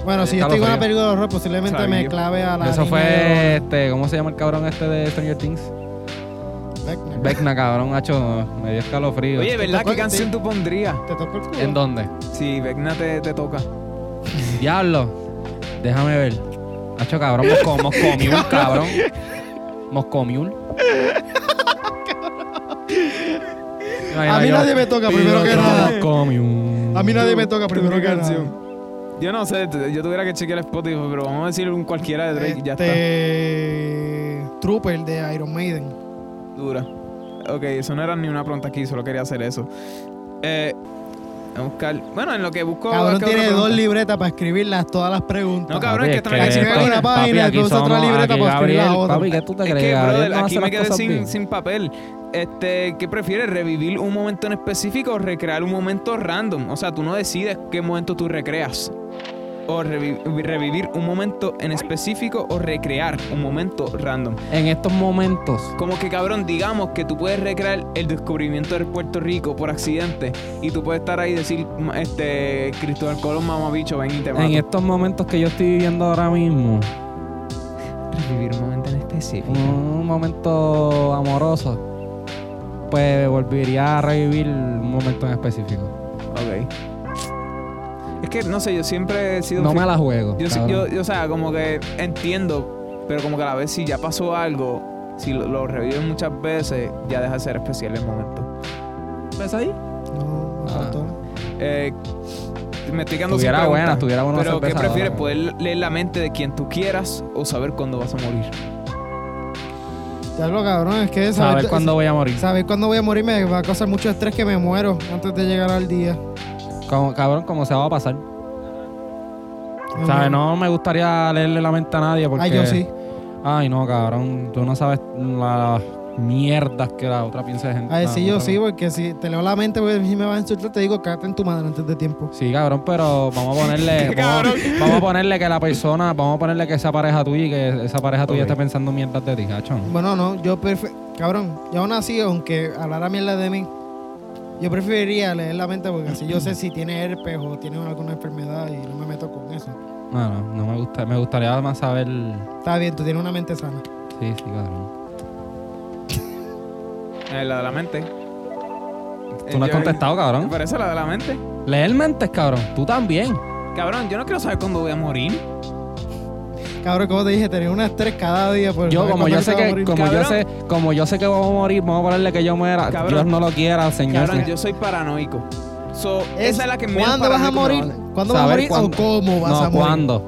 S3: Bueno, si yo estoy
S4: Escalofrío.
S3: con una película de horror, posiblemente me
S1: Sabio.
S3: clave a la.
S4: Eso
S3: línea de
S4: fue este, ¿cómo se llama el cabrón este de Stranger Things?
S3: los- Beckner.
S4: Vecna, cabrón, hacho, me dio escalofrío.
S1: Oye, ¿verdad?
S3: tocó
S1: ¿Qué
S3: el-
S1: canción tú pondrías?
S3: Te tocó el culo.
S4: ¿En dónde?
S1: Si Vecna te, te toca.
S4: Diablo, déjame ver. Hacho, cabrón, mosco, moscomiul, cabrón. Moscomiul.
S3: A mí nadie me toca, primero que nada.
S4: Moscomiul.
S3: A mí nadie me toca
S1: ¿Tú
S3: primero
S1: qué
S3: que
S1: canción?
S3: nada.
S1: Yo no sé, t- yo tuviera que chequear el Spotify, pero vamos a decir un cualquiera de Drake. Ya está.
S3: Este. Trooper de Iron Maiden.
S1: Dura. Ok, eso no era ni una pregunta aquí, solo quería hacer eso. Eh, a buscar. Bueno, en lo que busco.
S3: Cabrón
S1: ¿qué otra
S3: tiene dos
S1: pregunta?
S3: libretas para escribirlas todas las
S1: No,
S3: preguntas.
S1: cabrón, es que están
S3: que
S1: aquí.
S3: escribe
S4: esto-
S3: una página,
S4: papi, aquí
S3: entonces otra
S4: somos-
S3: libreta
S4: aquí
S3: para escribir la
S4: Gabriel,
S3: otra.
S4: Papi, ¿qué tú te
S1: Es
S4: crees?
S1: que,
S4: Gabriel
S1: brother,
S4: no hace
S1: aquí me
S4: las
S1: quedé
S4: cosas
S1: sin,
S4: bien.
S1: sin papel. Este, ¿qué prefieres? ¿Revivir un momento en específico o recrear un momento random? O sea, tú no decides qué momento tú recreas. O revi- revivir un momento en específico o recrear un momento random.
S4: En estos momentos.
S1: Como que cabrón, digamos que tú puedes recrear el descubrimiento de Puerto Rico por accidente y tú puedes estar ahí y decir, "Ma- este, Cristóbal Colón, mamabicho, ven y te mato.
S4: En estos momentos que yo estoy viviendo ahora mismo,
S1: Revivir un momento en específico.
S4: un momento amoroso, pues volvería a revivir un momento en específico.
S1: Ok. Es que, no sé, yo siempre he sido...
S4: No me la juego.
S1: Yo, sí- yo,
S4: cabrón.
S1: yo, o sea, como que entiendo, pero como que a la vez si ya pasó algo, si lo, lo reviven muchas veces, ya deja de ser especial el momento.
S4: ¿Ves ahí?
S3: No, me
S4: Ah.
S3: faltó.
S1: Eh, me estoy quedando sin
S4: Estuviera
S1: preguntas,
S4: buena, estuviera buena.
S1: Pero ¿qué
S4: cerveza ahora,
S1: prefieres?
S4: cabrón.
S1: ¿Poder leer la mente de quien tú quieras o saber cuándo vas a morir?
S3: Ya lo cabrón, es que
S4: Saber cuándo voy a morir.
S3: Saber cuándo voy a morir me va a causar mucho estrés que me muero antes de llegar al día.
S4: Como- cabrón, cómo se va a pasar. ¿Sabes? No me gustaría leerle la mente a nadie porque...
S3: Ay, yo sí.
S4: Ay, no, cabrón. Tú no sabes las mierdas que la otra piensa de gente.
S3: Ay,
S4: la
S3: sí, yo
S4: otra-
S3: sí, porque si te leo la mente, pues, si me vas a insultar, te digo, cágate en tu madre antes de tiempo.
S4: Sí, cabrón, pero vamos a ponerle... vamos, vamos a ponerle que la persona... Vamos a ponerle que esa pareja tuya y que esa pareja tuya
S1: Ok.
S4: esté pensando mierdas de ti, cacho.
S3: Bueno, no, yo prefiero. Cabrón, yo aún así, aunque hablara mierda de mí, yo preferiría leer la mente porque así yo sé si tiene herpes o tiene alguna enfermedad y no me meto con eso.
S4: No, no, no me gusta. Me gustaría más saber...
S3: Está bien, tú tienes una mente sana.
S4: Sí, sí, cabrón.
S1: Eh, la de la mente. Eh,
S4: Tú no has contestado,
S1: ¿Me
S4: cabrón.
S1: parece la de la mente?
S4: Leer mentes, cabrón. Tú también.
S1: Cabrón, yo no quiero saber cuándo voy a morir.
S3: Cabrón, como te dije, tenía un estrés cada día. Por
S4: Yo
S3: saber
S4: como
S3: cuándo
S4: yo
S3: se
S4: sé
S3: va a
S4: que
S3: morir.
S4: como yo
S1: Cabrón.
S4: sé como yo sé que vamos a morir, vamos a ponerle que yo muera.
S1: Cabrón.
S4: Dios no lo quiera, señor.
S1: Cabrón, yo soy paranoico. So,
S3: Es-
S1: esa es la que me
S3: ¿Cuándo vas a morir? ¿Cuándo vas a
S4: Saber
S3: morir
S4: cuándo.
S3: o cómo vas
S4: no,
S3: a morir?
S4: ¿cuándo?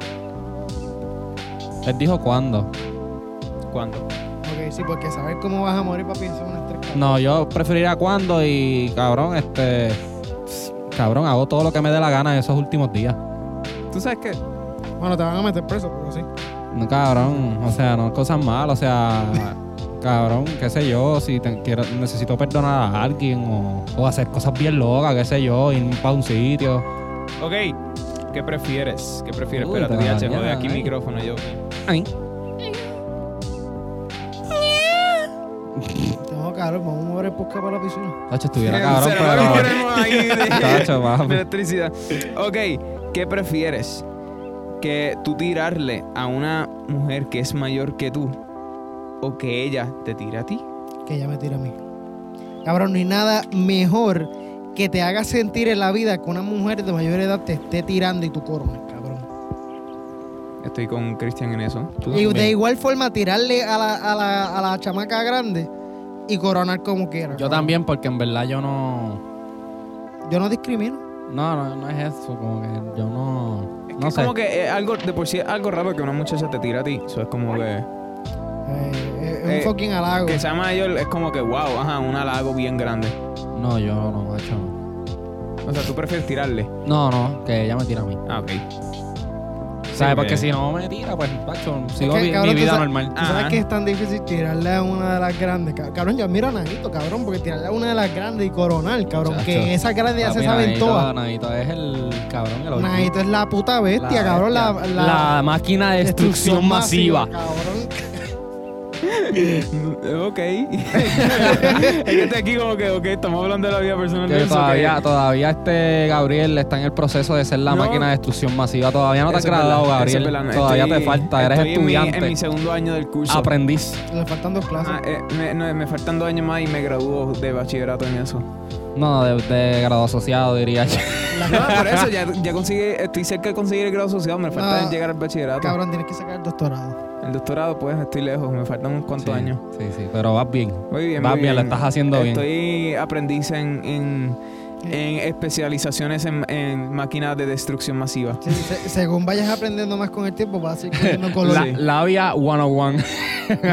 S4: Él dijo cuándo.
S1: ¿Cuándo?
S3: Ok, sí, porque saber cómo vas a morir, papi, eso es un estrés. cabrón.
S4: No, yo preferiría cuándo y cabrón, este cabrón, hago todo lo que me dé la gana en esos últimos días.
S1: ¿Tú sabes qué?
S3: Bueno, te van a meter preso, pero sí.
S4: No, cabrón, o sea, no cosas malas, o sea, cabrón, qué sé yo, si te quiero, necesito perdonar a alguien o, o hacer cosas bien locas, qué sé yo, ir para un sitio.
S1: Ok, ¿qué prefieres? ¿Qué prefieres?
S4: Uy, ¿eh?
S1: Espérate, DH,
S4: todavía,
S1: joder, aquí
S4: ay.
S1: micrófono yo.
S4: Ay.
S3: Tengo calor, vamos a mover el podcast para la piscina.
S4: Tacho, estuviera cabrón,
S1: Será que
S4: pero.
S1: queremos ahí de-
S4: Tacho,
S1: de
S4: papi.
S1: electricidad. Ok, ¿qué prefieres? Que tú tirarle a una mujer que es mayor que tú o que ella te tire a ti.
S3: que ella me tira a mí. Cabrón, no hay nada mejor que te haga sentir en la vida que una mujer de mayor edad te esté tirando y tú corres, cabrón.
S1: Estoy con Cristian en eso. Tú
S3: Y de
S1: también.
S3: igual forma, tirarle a la, a la, a la chamaca grande y coronar como quiera.
S4: Yo
S3: cabrón.
S4: también, porque en verdad yo no.
S3: Yo no discrimino.
S4: No, no, no es eso. Como que yo no.
S1: Es
S4: No
S1: que
S4: sé.
S1: como que es algo, de por sí es algo raro que una muchacha te tira a ti. Eso es como que.
S3: Eh, eh, es
S1: Eh,
S3: un fucking halago.
S1: Que sea mayor es como que, wow, ajá, un halago bien grande.
S4: No, yo no, macho. no.
S1: O sea, tú prefieres tirarle.
S4: No, no, que ella me tira a mí.
S1: Ah, ok.
S4: ¿Sabes?
S1: Sí,
S4: Porque
S1: que-
S4: si no me tira, pues, macho, sigo
S3: que,
S4: vi-
S3: cabrón,
S4: mi
S3: tú
S4: vida
S3: sabes-
S4: normal.
S3: ¿Tú sabes
S1: Ajá.
S3: que es tan difícil tirarle a una de las grandes? Ca- Cabrón, yo admiro a Naguito, cabrón, porque tirarle a una de las grandes y coronar, cabrón,
S4: Chacho.
S3: que esas grandes ya se
S4: Papi,
S3: saben
S4: Nadito-
S3: todas.
S4: Nadito es el cabrón, el original.
S3: Naguito es la puta bestia, cabrón, la,
S4: bestia.
S3: la-
S4: La máquina de destrucción, masiva.
S3: Cabrón,
S1: Mm, Ok. es que estoy aquí como que, ok, estamos hablando de la vida personal de
S4: Que
S1: eso,
S4: todavía,
S1: que-
S4: todavía este Gabriel está en el proceso de ser la
S1: No.
S4: máquina de destrucción masiva. Todavía no te has
S1: Eso es
S4: graduado,
S1: verdad,
S4: Gabriel.
S1: eso es verdad.
S4: todavía
S1: Estoy-
S4: te falta. Eres
S1: estoy en mi-
S4: estudiante,
S1: En mi, segundo año del curso.
S4: aprendiz.
S3: le faltan dos clases.
S1: Ah, eh, me, no, me faltan dos años más y me gradúo de bachillerato en eso.
S4: No, de, de grado asociado, diría yo.
S1: No, por eso ya, ya conseguí, estoy cerca de conseguir el grado asociado, me falta
S4: Ah,
S3: No,
S1: llegar al bachillerato.
S3: Cabrón, tienes que sacar el doctorado.
S1: El doctorado, pues, estoy lejos, me faltan unos cuantos
S4: Sí,
S1: años.
S4: Sí, sí, pero vas bien.
S1: Muy bien,
S4: Vas
S1: muy
S4: bien, lo estás haciendo bien.
S1: Estoy aprendiz en, en, en especializaciones en, en máquinas de destrucción masiva.
S3: Sí, se- según vayas aprendiendo más con el tiempo, vas a ir cogiendo color.
S4: La, labia 101.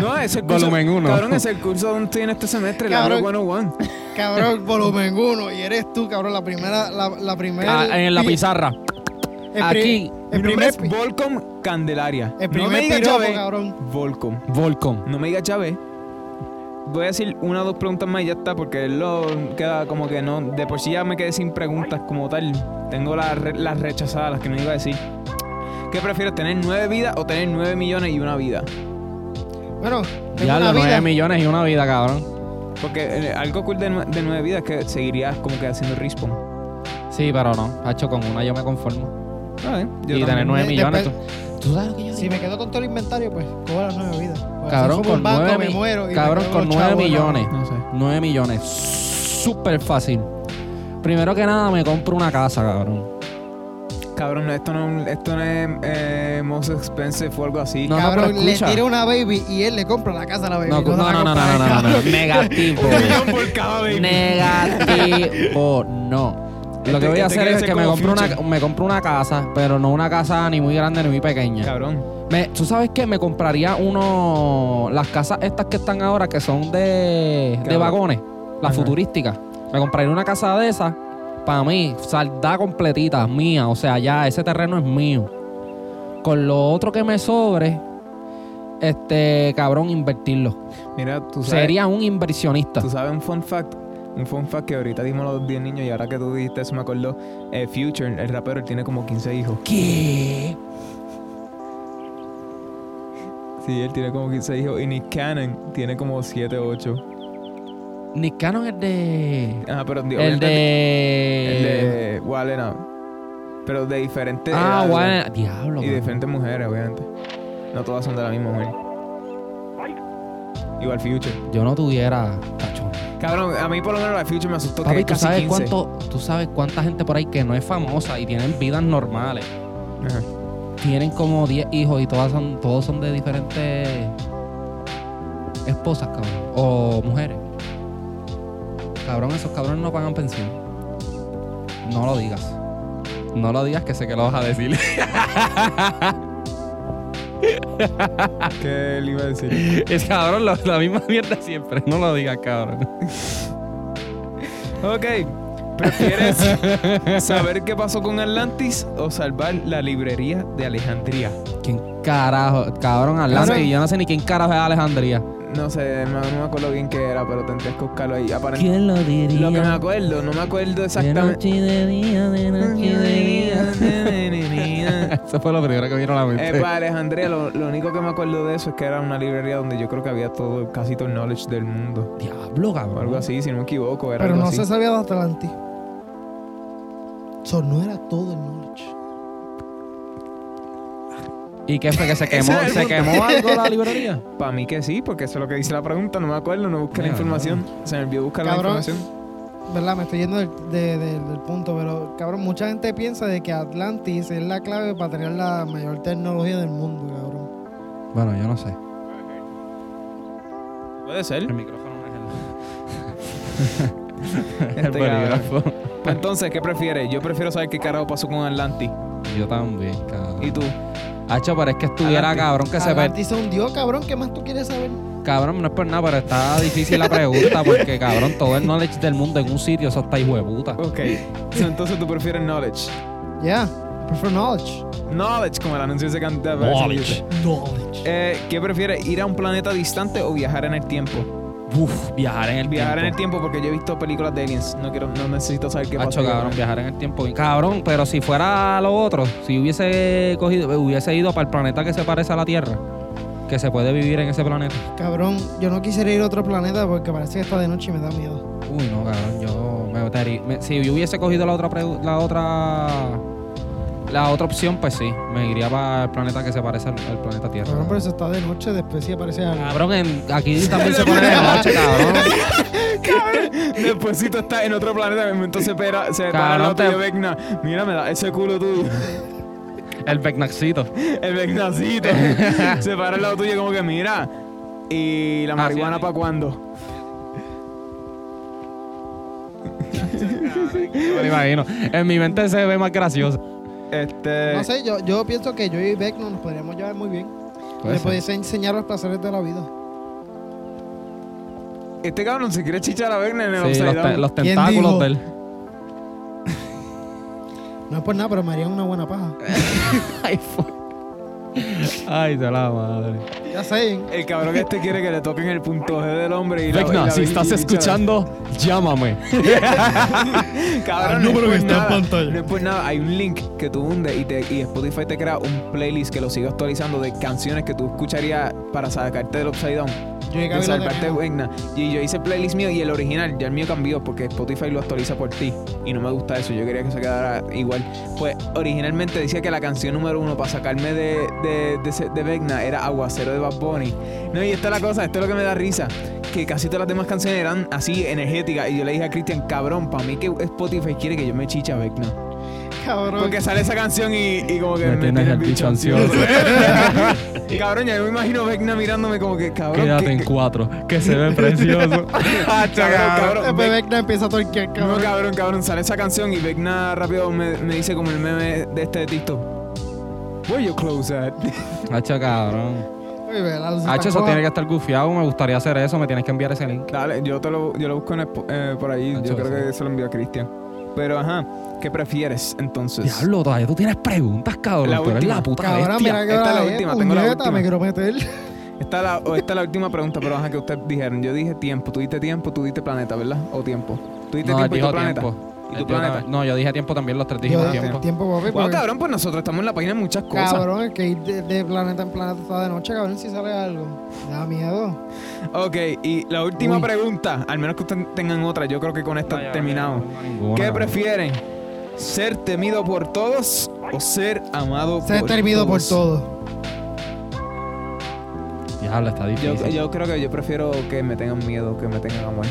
S1: No, es el curso.
S4: Volumen uno.
S1: Cabrón, es el curso donde estoy en este semestre, la
S3: Cabrón.
S1: 101.
S3: Cabrón, volumen uno. Y eres tú, cabrón, la primera. La, la primera
S4: Ah, en la
S3: pi-
S4: pizarra.
S3: el pri-
S4: aquí.
S1: Mi
S3: El
S1: nombre
S3: primer,
S1: es
S3: pi-
S1: Volcom Candelaria.
S3: el
S1: no me
S3: primer
S1: diga
S3: piropo,
S1: Chávez.
S3: cabrón.
S1: Volcom.
S4: Volcom.
S1: No me diga Chávez. Voy a decir una o dos preguntas más y ya está, porque lo queda como que no. De por sí ya me quedé sin preguntas como tal. Tengo las, re- las rechazadas, las que no iba a decir. ¿Qué prefieres, tener nueve vidas o tener nueve millones y una vida?
S3: Bueno, tengo
S4: Ya
S3: una
S4: los 9
S3: vida.
S4: millones y una vida, cabrón.
S1: Porque eh, algo cool de, nue- de nueve vidas es que seguirías como que haciendo respawn.
S4: Sí, pero no. Hacho, con una yo me conformo.
S1: Ah, eh, yo
S4: y
S1: también.
S4: tener 9
S3: De-
S4: millones.
S3: después-
S4: tú- ¿Tú sabes lo que yo
S3: Si me quedo con todo el inventario, pues cojo las nueve vidas. Pues,
S4: Cabrón,
S3: si fumo
S4: con
S3: un banco,
S4: nueve
S3: me
S4: mi-
S3: muero. y me
S4: Cabrón,
S3: quedo
S4: con
S3: los
S4: 9
S3: chavos, ¿no?
S4: millones.
S1: No sé.
S4: 9 millones. Súper fácil. Primero que nada, me compro una casa, cabrón.
S1: Cabrón, esto no, esto no es eh, most expensive o algo así.
S4: No,
S3: cabrón,
S4: pero
S3: le
S4: escucha.
S3: tira una baby y él le compra la casa a la baby.
S4: No,
S3: se
S4: no, no,
S3: la
S4: no, no,
S3: compra
S4: no,
S3: él,
S4: no, no,
S3: cabrón.
S4: Negativo.
S1: por cada
S4: Negativo, no. Lo
S1: Este-
S4: que voy a
S1: este
S4: hacer
S1: quiere
S4: es
S1: ser
S4: que me
S1: como
S4: compro, una,
S1: Future.
S4: me compro una casa, pero no una casa ni muy grande ni muy pequeña.
S1: Cabrón.
S4: Me- ¿Tú sabes qué? Me compraría uno. Las casas estas que están ahora, que son de, de
S1: Cabrón.
S4: vagones, las
S1: Ajá.
S4: futurísticas. Me compraría una casa de esas, para mí, saldá completita, mía. O sea, ya ese terreno es mío. Con lo otro que me sobre, este cabrón, invertirlo.
S1: Mira, tú sabes,
S4: Sería un inversionista.
S1: tú sabes un fun fact. Un fun fact que ahorita dimos los 10 niños y ahora que tú dijiste eso me acordó. eh, Future, el rapero, él tiene como 15 hijos.
S4: ¿Qué?
S1: Sí, él tiene como 15 hijos. Y Nick Cannon tiene como 7 o 8.
S4: Nick Cannon es de.
S1: Ajá, Ah, pero
S4: El de.
S1: El de Wallen Pero de diferentes.
S4: Ah,
S1: edades
S4: bueno. Diablo.
S1: Y de
S4: mano.
S1: diferentes mujeres, obviamente. No todas son de la misma mujer. Igual Future.
S4: Yo no tuviera. Tacho.
S1: Cabrón, a mí por lo menos la Future me asustó que
S4: Papi,
S1: es
S4: ¿tú
S1: casi
S4: sabes,
S1: 15.
S4: cuánto, tú sabes cuánta gente por ahí que no es famosa y tienen vidas normales.
S1: Ajá.
S4: Tienen como 10 hijos y todas son, todos son de diferentes esposas, cabrón. O mujeres. Cabrón, esos cabrones no pagan pensión. No lo digas. No lo digas que sé que lo vas a decir. Ah.
S1: ¿Qué le iba a decir?
S4: Es cabrón, lo- la misma mierda siempre. No lo digas, cabrón.
S1: Ok. ¿Prefieres saber qué pasó con Atlantis o salvar la librería de Alejandría?
S4: ¿Quién carajo? Cabrón, Atlantis.
S1: Cabrón.
S4: Yo no sé ni quién carajo es Alejandría.
S1: No sé, no, no me acuerdo bien qué era, pero tendrías que buscarlo ahí. Aparentemente.
S4: ¿Quién lo diría?
S1: Lo que me acuerdo, no me acuerdo exactamente.
S4: de día, de Eso fue lo primero que vieron a la
S1: Eh,
S4: mente.
S1: para Alejandría, lo, lo único que me acuerdo de eso es que era una librería donde yo creo que había todo, casi todo el knowledge del mundo.
S4: Diablo, cabrón.
S1: O algo así, si no me equivoco, era
S3: Pero
S1: algo
S3: no
S1: así.
S3: se sabía de Atlantis. Eso no era todo el knowledge.
S4: ¿Y qué fue? ¿Que se quemó,
S1: era el
S4: se
S1: punto.
S4: quemó algo la librería?
S1: Para mí que sí, porque eso es lo que dice la pregunta, no me acuerdo, no busqué la
S4: Ya,
S1: información. Se me olvidó buscar
S3: Cabrón.
S1: la información.
S3: ¿Verdad? Me estoy yendo del, de- de- del punto, pero cabrón, mucha gente piensa de que Atlantis es la clave para tener la mayor tecnología del mundo, cabrón.
S4: Bueno, yo no sé.
S1: Puede ser.
S4: micrófono
S1: Este
S2: El bolígrafo.
S1: cabrón. Entonces, ¿qué prefieres? Yo prefiero saber qué carajo pasó con Atlantis.
S4: Yo también, cabrón.
S1: ¿Y tú?
S4: Hacho, pero es que estuviera
S1: Adelante.
S4: cabrón que se per...
S3: Atlantis se hundió, cabrón. ¿Qué más tú quieres saber?
S4: Cabrón, no es por nada, pero está difícil la pregunta porque, cabrón, todo el knowledge del mundo en un sitio, eso está hijo de puta.
S1: Ok. So, entonces tú prefieres knowledge.
S3: Yeah, I prefer knowledge.
S1: Knowledge, como el anuncio se canta.
S2: Knowledge.
S3: Knowledge.
S1: Eh, ¿Qué prefieres? ¿Ir a un planeta distante o viajar en el tiempo?
S2: Uf, viajar en el
S1: Viajar en el
S2: tiempo.
S1: tiempo porque yo he visto películas de aliens. No quiero, no necesito saber qué pasó.
S4: Hacho, cabrón, viajar en el tiempo. Cabrón, pero si fuera lo otro, si hubiese cogido, hubiese ido para el planeta que se parece a la Tierra, que se puede vivir en ese planeta.
S3: Cabrón, yo no quisiera ir a otro planeta porque parece que está de noche y me da miedo.
S4: Uy, no, cabrón, yo me metería- me- si yo hubiese cogido la otra pregu- la otra la otra opción, pues sí, me iría para el planeta que se parece al, al planeta Tierra.
S3: Cabrón, pero eso está de noche, después sí aparece algo.
S4: Cabrón, en- aquí también se pone de noche, cabrón.
S1: Después si tú estás en otro planeta, me momento se para, se para al
S4: Cabrón,
S1: lado
S4: te-
S1: tuyo, Vecna. Mira, me da ese culo tuyo.
S4: El Vecnaxito.
S1: El Vegnacito. se para al lado tuyo como que mira. ¿Y la
S4: Ah,
S1: marihuana
S4: sí,
S1: para cuándo?
S4: Me lo imagino. En mi mente se ve más gracioso.
S1: Este.
S3: No
S4: eh.
S3: sé, yo, yo pienso que yo y Beck no nos podríamos llevar muy bien.
S4: Puede
S3: Le
S4: ser.
S3: pudiese enseñar los placeres de la vida.
S1: Este cabrón se quiere chichar a Vecna en el
S4: Sí,
S1: upside
S4: los, te-
S1: down.
S4: los
S3: ¿Quién
S4: tentáculos
S3: dijo?
S4: del.
S3: No es por nada, pero me harían una buena paja.
S4: Ay, fu- Ay, se la madre.
S1: Eh,
S3: Ya saben.
S1: El cabrón este quiere que le toquen el punto G del hombre y la- y
S2: Vecna,
S1: la-
S2: si
S1: y-
S2: estás
S1: y- y-
S2: escuchando, llámame.
S1: Cabrón,
S3: Al
S1: no es
S3: número que
S1: por
S3: está en
S1: nada,
S3: pantalla.
S1: No es por nada, hay un link que tú hundes y, te, y Spotify te crea un playlist que lo sigue actualizando de canciones que tú escucharías para sacarte del Upside Down.
S3: Yo y
S1: Y
S3: Gaby lo
S1: salvarte de
S3: tenemos.
S1: Wegna. Y yo hice el playlist mío y el original, ya el mío cambió porque Spotify lo actualiza por ti. Y no me gusta eso, yo quería que se quedara igual. Pues originalmente decía que la canción número uno para sacarme de, de, de, ese- de Vecna era Aguacero de Bad Bunny. No, y esta es la cosa, esto es lo que me da risa. Que casi todas las demás canciones eran así, energéticas. Y yo le dije a Cristian, cabrón, para mí que Spotify quiere que yo me chicha Vecna.
S3: Cabrón.
S1: Porque sale esa canción y, y como que
S4: Me tienes
S1: tiene
S4: el bicho
S1: cabrón, ya yo me imagino Vecna mirándome como que, cabrón,
S4: Quédate
S1: que-
S4: en cuatro, que se ve precioso. Ah,
S1: cabrón, cabrón,
S3: Después Beck no empieza a torquear,
S1: No,
S3: cabrón.
S1: cabrón, cabrón, sale esa canción y Vecna rápido me, me dice como el meme de este de TikTok. Where you close at?
S4: Hacho, cabrón.
S3: Uy, ve, la luz
S4: Hacho,
S3: está
S4: eso
S3: roja.
S4: tiene que estar gufiado. Me gustaría hacer eso. Me tienes que enviar ese link.
S1: Dale, yo te lo, yo lo busco en Sp- eh, por ahí.
S4: Nacho,
S1: yo creo
S4: sí.
S1: que se lo envió a Cristian. Pero ajá, ¿qué prefieres entonces?
S4: Diablo, todavía tú tienes preguntas, cabrón.
S1: La
S4: tú eres
S1: última.
S4: la puta
S3: Cabrón,
S4: bestia.
S3: mira que
S1: Esta es la
S3: ahora, eh,
S1: última, tengo la
S3: puñeta,
S1: última.
S3: me quiero meter.
S1: Esta es, la, o esta es la última pregunta, pero ajá, que ustedes dijeron. Yo dije tiempo, tú diste tiempo, tú diste planeta, ¿verdad? O tiempo. Tú diste
S4: No, él
S1: tiempo y tu
S4: dijo
S1: planeta.
S4: tiempo.
S1: Y
S4: Él
S1: tu
S4: dijo
S1: planeta.
S4: también- No, yo dije tiempo también. Los tres dijimos
S3: Yo-
S4: tiempo.
S3: Tiempo,
S1: Wow,
S3: papi. porque-
S1: cabrón, pues nosotros estamos en la página de muchas cosas.
S3: Cabrón, es que ir de, de planeta en planeta está de noche, cabrón, si sale algo. Me Da miedo.
S1: Ok, y la última
S3: Uy.
S1: pregunta, al menos que ustedes tengan otra, yo creo que con esta terminamos. ¿Qué prefieren? ¿Ser temido por todos o ser amado
S3: Se ha
S1: por
S3: terminado por
S1: todos?
S3: todo.
S4: Diablo, está difícil.
S1: Yo, yo creo que yo prefiero que me tengan miedo, que me tengan amor.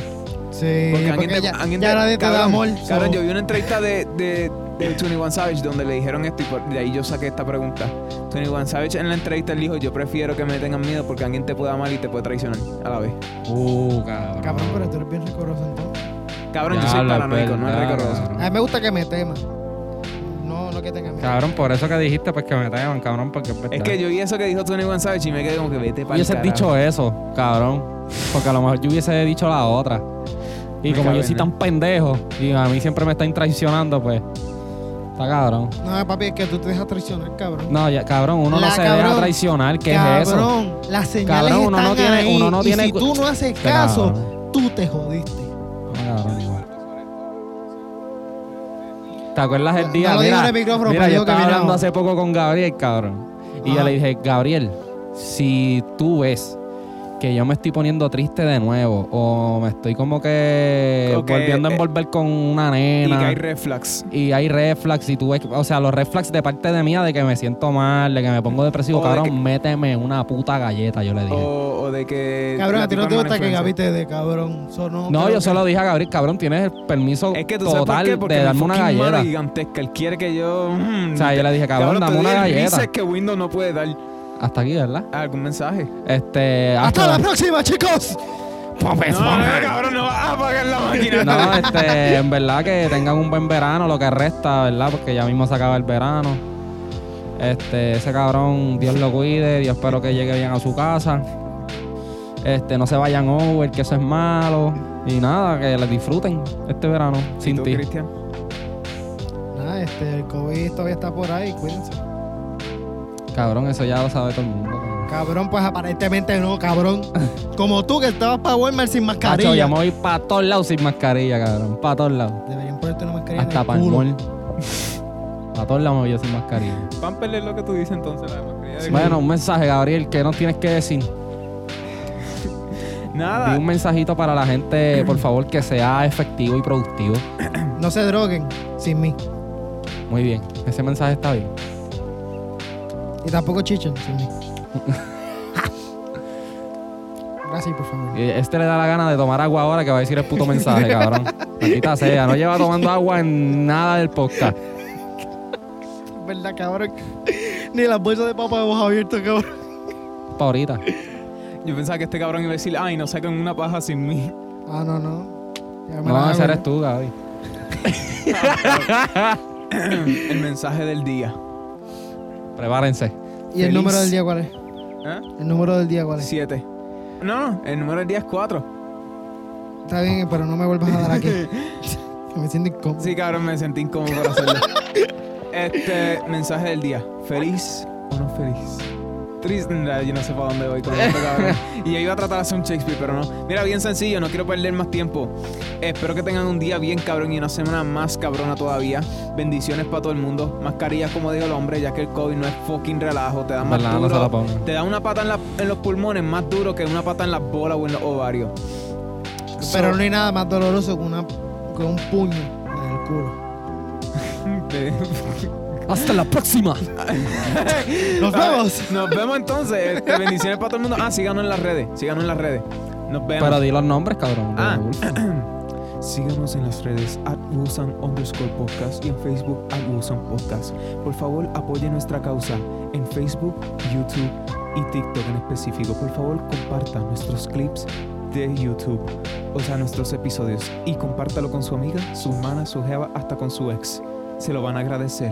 S3: Sí, Eh, porque, ya, ya nadie te da
S1: cabrón,
S3: amor.
S1: cabrón,
S3: so-
S1: yo vi una entrevista de, de, de 21 Savage donde le dijeron esto y por- de ahí yo saqué esta pregunta. 21 Savage en la entrevista él dijo, yo prefiero que me tengan miedo porque alguien te puede amar y te puede traicionar a la vez.
S4: Uh, cabrón.
S3: Cabrón, pero tú eres bien recoroso entonces.
S1: Cabrón, yo soy
S4: Diablo,
S1: paranoico, no es
S4: verdad,
S1: recordoso.
S3: A mí me gusta que me teman. No, no que tengan miedo.
S4: Cabrón, por eso que dijiste, pues que me traigan, cabrón, porque es verdad.
S1: Es que yo vi eso que dijo 21 Savage y me quedé como que vete
S4: Yo
S1: para
S4: hubiese dicho eh, eso, cabrón. Porque a lo mejor yo hubiese dicho la otra. Y
S1: Me
S4: como
S1: cabe
S4: yo
S1: en
S4: soy
S1: él.
S4: tan pendejo y a mí siempre me están traicionando, pues. Está cabrón.
S3: No, papi, es que tú te dejas traicionar, cabrón.
S4: No, ya, cabrón, uno
S3: La
S4: no se
S3: cabrón.
S4: deja traicionar. ¿Qué es eso?
S3: cabrón, las señales
S4: Cabrón, uno no
S3: están
S4: tiene-
S3: ahí.
S4: uno no
S3: y
S4: tiene-
S3: si tú no haces
S4: Pero,
S3: caso,
S4: cabrón.
S3: tú te jodiste.
S4: No, cabrón, igual. ¿Te acuerdas el día?
S3: No lo digo
S4: mira,
S3: en el micrófono,
S4: mira, yo
S3: pero digo que
S4: estaba
S3: viene
S4: hablando
S3: ahora.
S4: hace poco con Gabriel, cabrón. Y
S3: Ajá.
S4: yo le dije, Gabriel, si tú ves que yo me estoy poniendo triste de nuevo o me estoy como que
S1: Ok,
S4: volviendo a
S1: eh,
S4: envolver con una
S1: Y que
S4: nena
S1: hay reflex.
S4: y hay red flags y tú ves, o sea, los red flags de parte de mía de que me siento mal, de que me pongo depresivo,
S1: O Oh, de
S4: cabrón,
S1: que- Oh,
S4: méteme una puta galleta, yo le dije.
S1: O, o de que.
S3: Cabrón,
S1: la
S3: a ti no
S1: tipa
S3: te
S1: es
S3: gusta que
S1: mala
S3: Gaby
S1: influencia.
S3: te dé, cabrón. So, no,
S4: no,
S3: creo
S4: yo
S3: que-
S4: solo dije a Gabriel, cabrón, tienes el permiso
S1: Es que tú sabes por
S4: total
S1: qué, porque
S4: de
S1: mi
S4: darme una
S1: fucking mano
S4: galleta.
S1: es gigantesca. Él quiere que yo. mm,
S4: O sea, yo le dije, cabrón,
S1: te
S4: dame
S1: di
S4: una
S1: el
S4: galleta.
S1: reset que Windows no puede dar
S4: Hasta aquí, ¿verdad?
S1: algún mensaje.
S4: Este.
S3: ¡Hasta
S4: hasta-
S3: la próxima, chicos!
S1: No, no, cabrón, no vas a apagar la máquina.
S4: Pues, No, este, en verdad que tengan un buen verano, lo que resta, ¿verdad? Porque ya mismo se acaba el verano. Este, ese cabrón, Dios lo cuide, yo espero que llegue bien a su casa. Este, no se vayan over, que eso es malo. Y nada, que les disfruten este verano
S1: ¿Y
S4: sin
S1: tú,
S4: ti.
S1: Cristian?
S3: Nada, este, el COVID todavía está por ahí, cuídense.
S4: Cabrón, eso ya lo sabe todo el mundo.
S3: Cabrón, pues aparentemente no, cabrón. Como tú que estabas para Walmart sin
S4: Cacho, ya
S3: mascarilla.
S4: me voy para todos lados sin mascarilla, cabrón. Para todos lados.
S3: Deberían ponerte una mascarilla
S4: Hasta
S3: en
S4: para
S3: el
S4: el
S3: culo.
S4: mall. Para todos lados me voy yo sin mascarilla.
S1: Pamper es lo que tú dices entonces, la mascarilla
S3: Eh,
S1: de-
S4: Bueno, un mensaje, Gabriel, que nos tienes que decir? Di
S1: Nada.
S4: un mensajito para la gente, por favor, que sea efectivo y productivo.
S3: No se droguen sin mí.
S4: Muy bien, ese mensaje está bien.
S3: Y tampoco chichen sin mí. Gracias, por favor.
S4: Y Este le da la gana de tomar agua ahora que va a decir el puto mensaje, cabrón. Maldita sea, no lleva tomando agua en nada del podcast.
S3: ¿Verdad, cabrón? Ni las bolsas de papa hemos abierto, cabrón.
S4: Pa' ahorita.
S1: Yo pensaba que este cabrón iba a decir, ay, no saquen una paja sin mí.
S3: Ah, no, no. Ya me
S4: No,
S3: la
S4: ese
S3: hago.
S4: eres tú, Gaby.
S1: El mensaje del día.
S4: Prepárense.
S3: ¿Y el
S1: Feliz.
S3: número del día cuál es?
S1: ¿Eh?
S3: El número del día cuál es.
S1: Siete. No, no, el número del día es cuatro.
S3: Está bien, pero no me vuelvas a dar aquí. que me siento incómodo.
S1: Sí, cabrón, me sentí incómodo por hacerlo. este mensaje del día. ¿Feliz o no feliz? Triste, nah, yo no sé para dónde voy con esto, cabrón. Y yo iba a tratar de hacer un Shakespeare, pero no. Mira, bien sencillo, no quiero perder más tiempo. Espero que tengan un día bien cabrón y una semana más cabrona todavía. Bendiciones para todo el mundo. Mascarillas, como dijo el hombre, ya que el COVID no es fucking relajo. Te da más
S4: ¿Verdad? No se
S1: duro.
S4: la pongan.
S1: Te da una pata en, la- en los pulmones más duro que una pata en las bolas o en los ovarios.
S3: Pero no hay nada más doloroso que, una, que un puño en el culo.
S4: Hasta la próxima.
S3: ¡Nos vemos!
S1: Nos vemos entonces. Este, bendiciones para todo el mundo. Ah, síganos en las redes. Síganos en las redes. Nos vemos.
S4: Pero di los nombres, cabrón.
S1: Ah.
S4: Google.
S1: Síganos en las redes at Wusan underscore podcast y en Facebook at Wusan podcast. Por favor, apoye nuestra causa en Facebook, YouTube y TikTok en específico. Por favor, comparta nuestros clips de YouTube, o sea, nuestros episodios, y compártalo con su amiga, su hermana, su jeva, hasta con su ex. Se lo van a agradecer.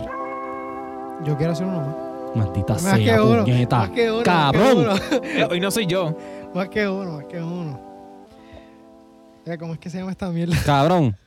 S3: Yo quiero hacer uno más.
S4: Maldita
S3: Más que
S4: sea,
S3: uno.
S4: puñeta.
S3: Más que uno.
S4: Cabrón.
S3: Más que uno.
S1: Eh, hoy no soy yo.
S3: Más que uno. Más que uno. Eh, ¿Cómo es que se llama esta mierda?
S4: Cabrón.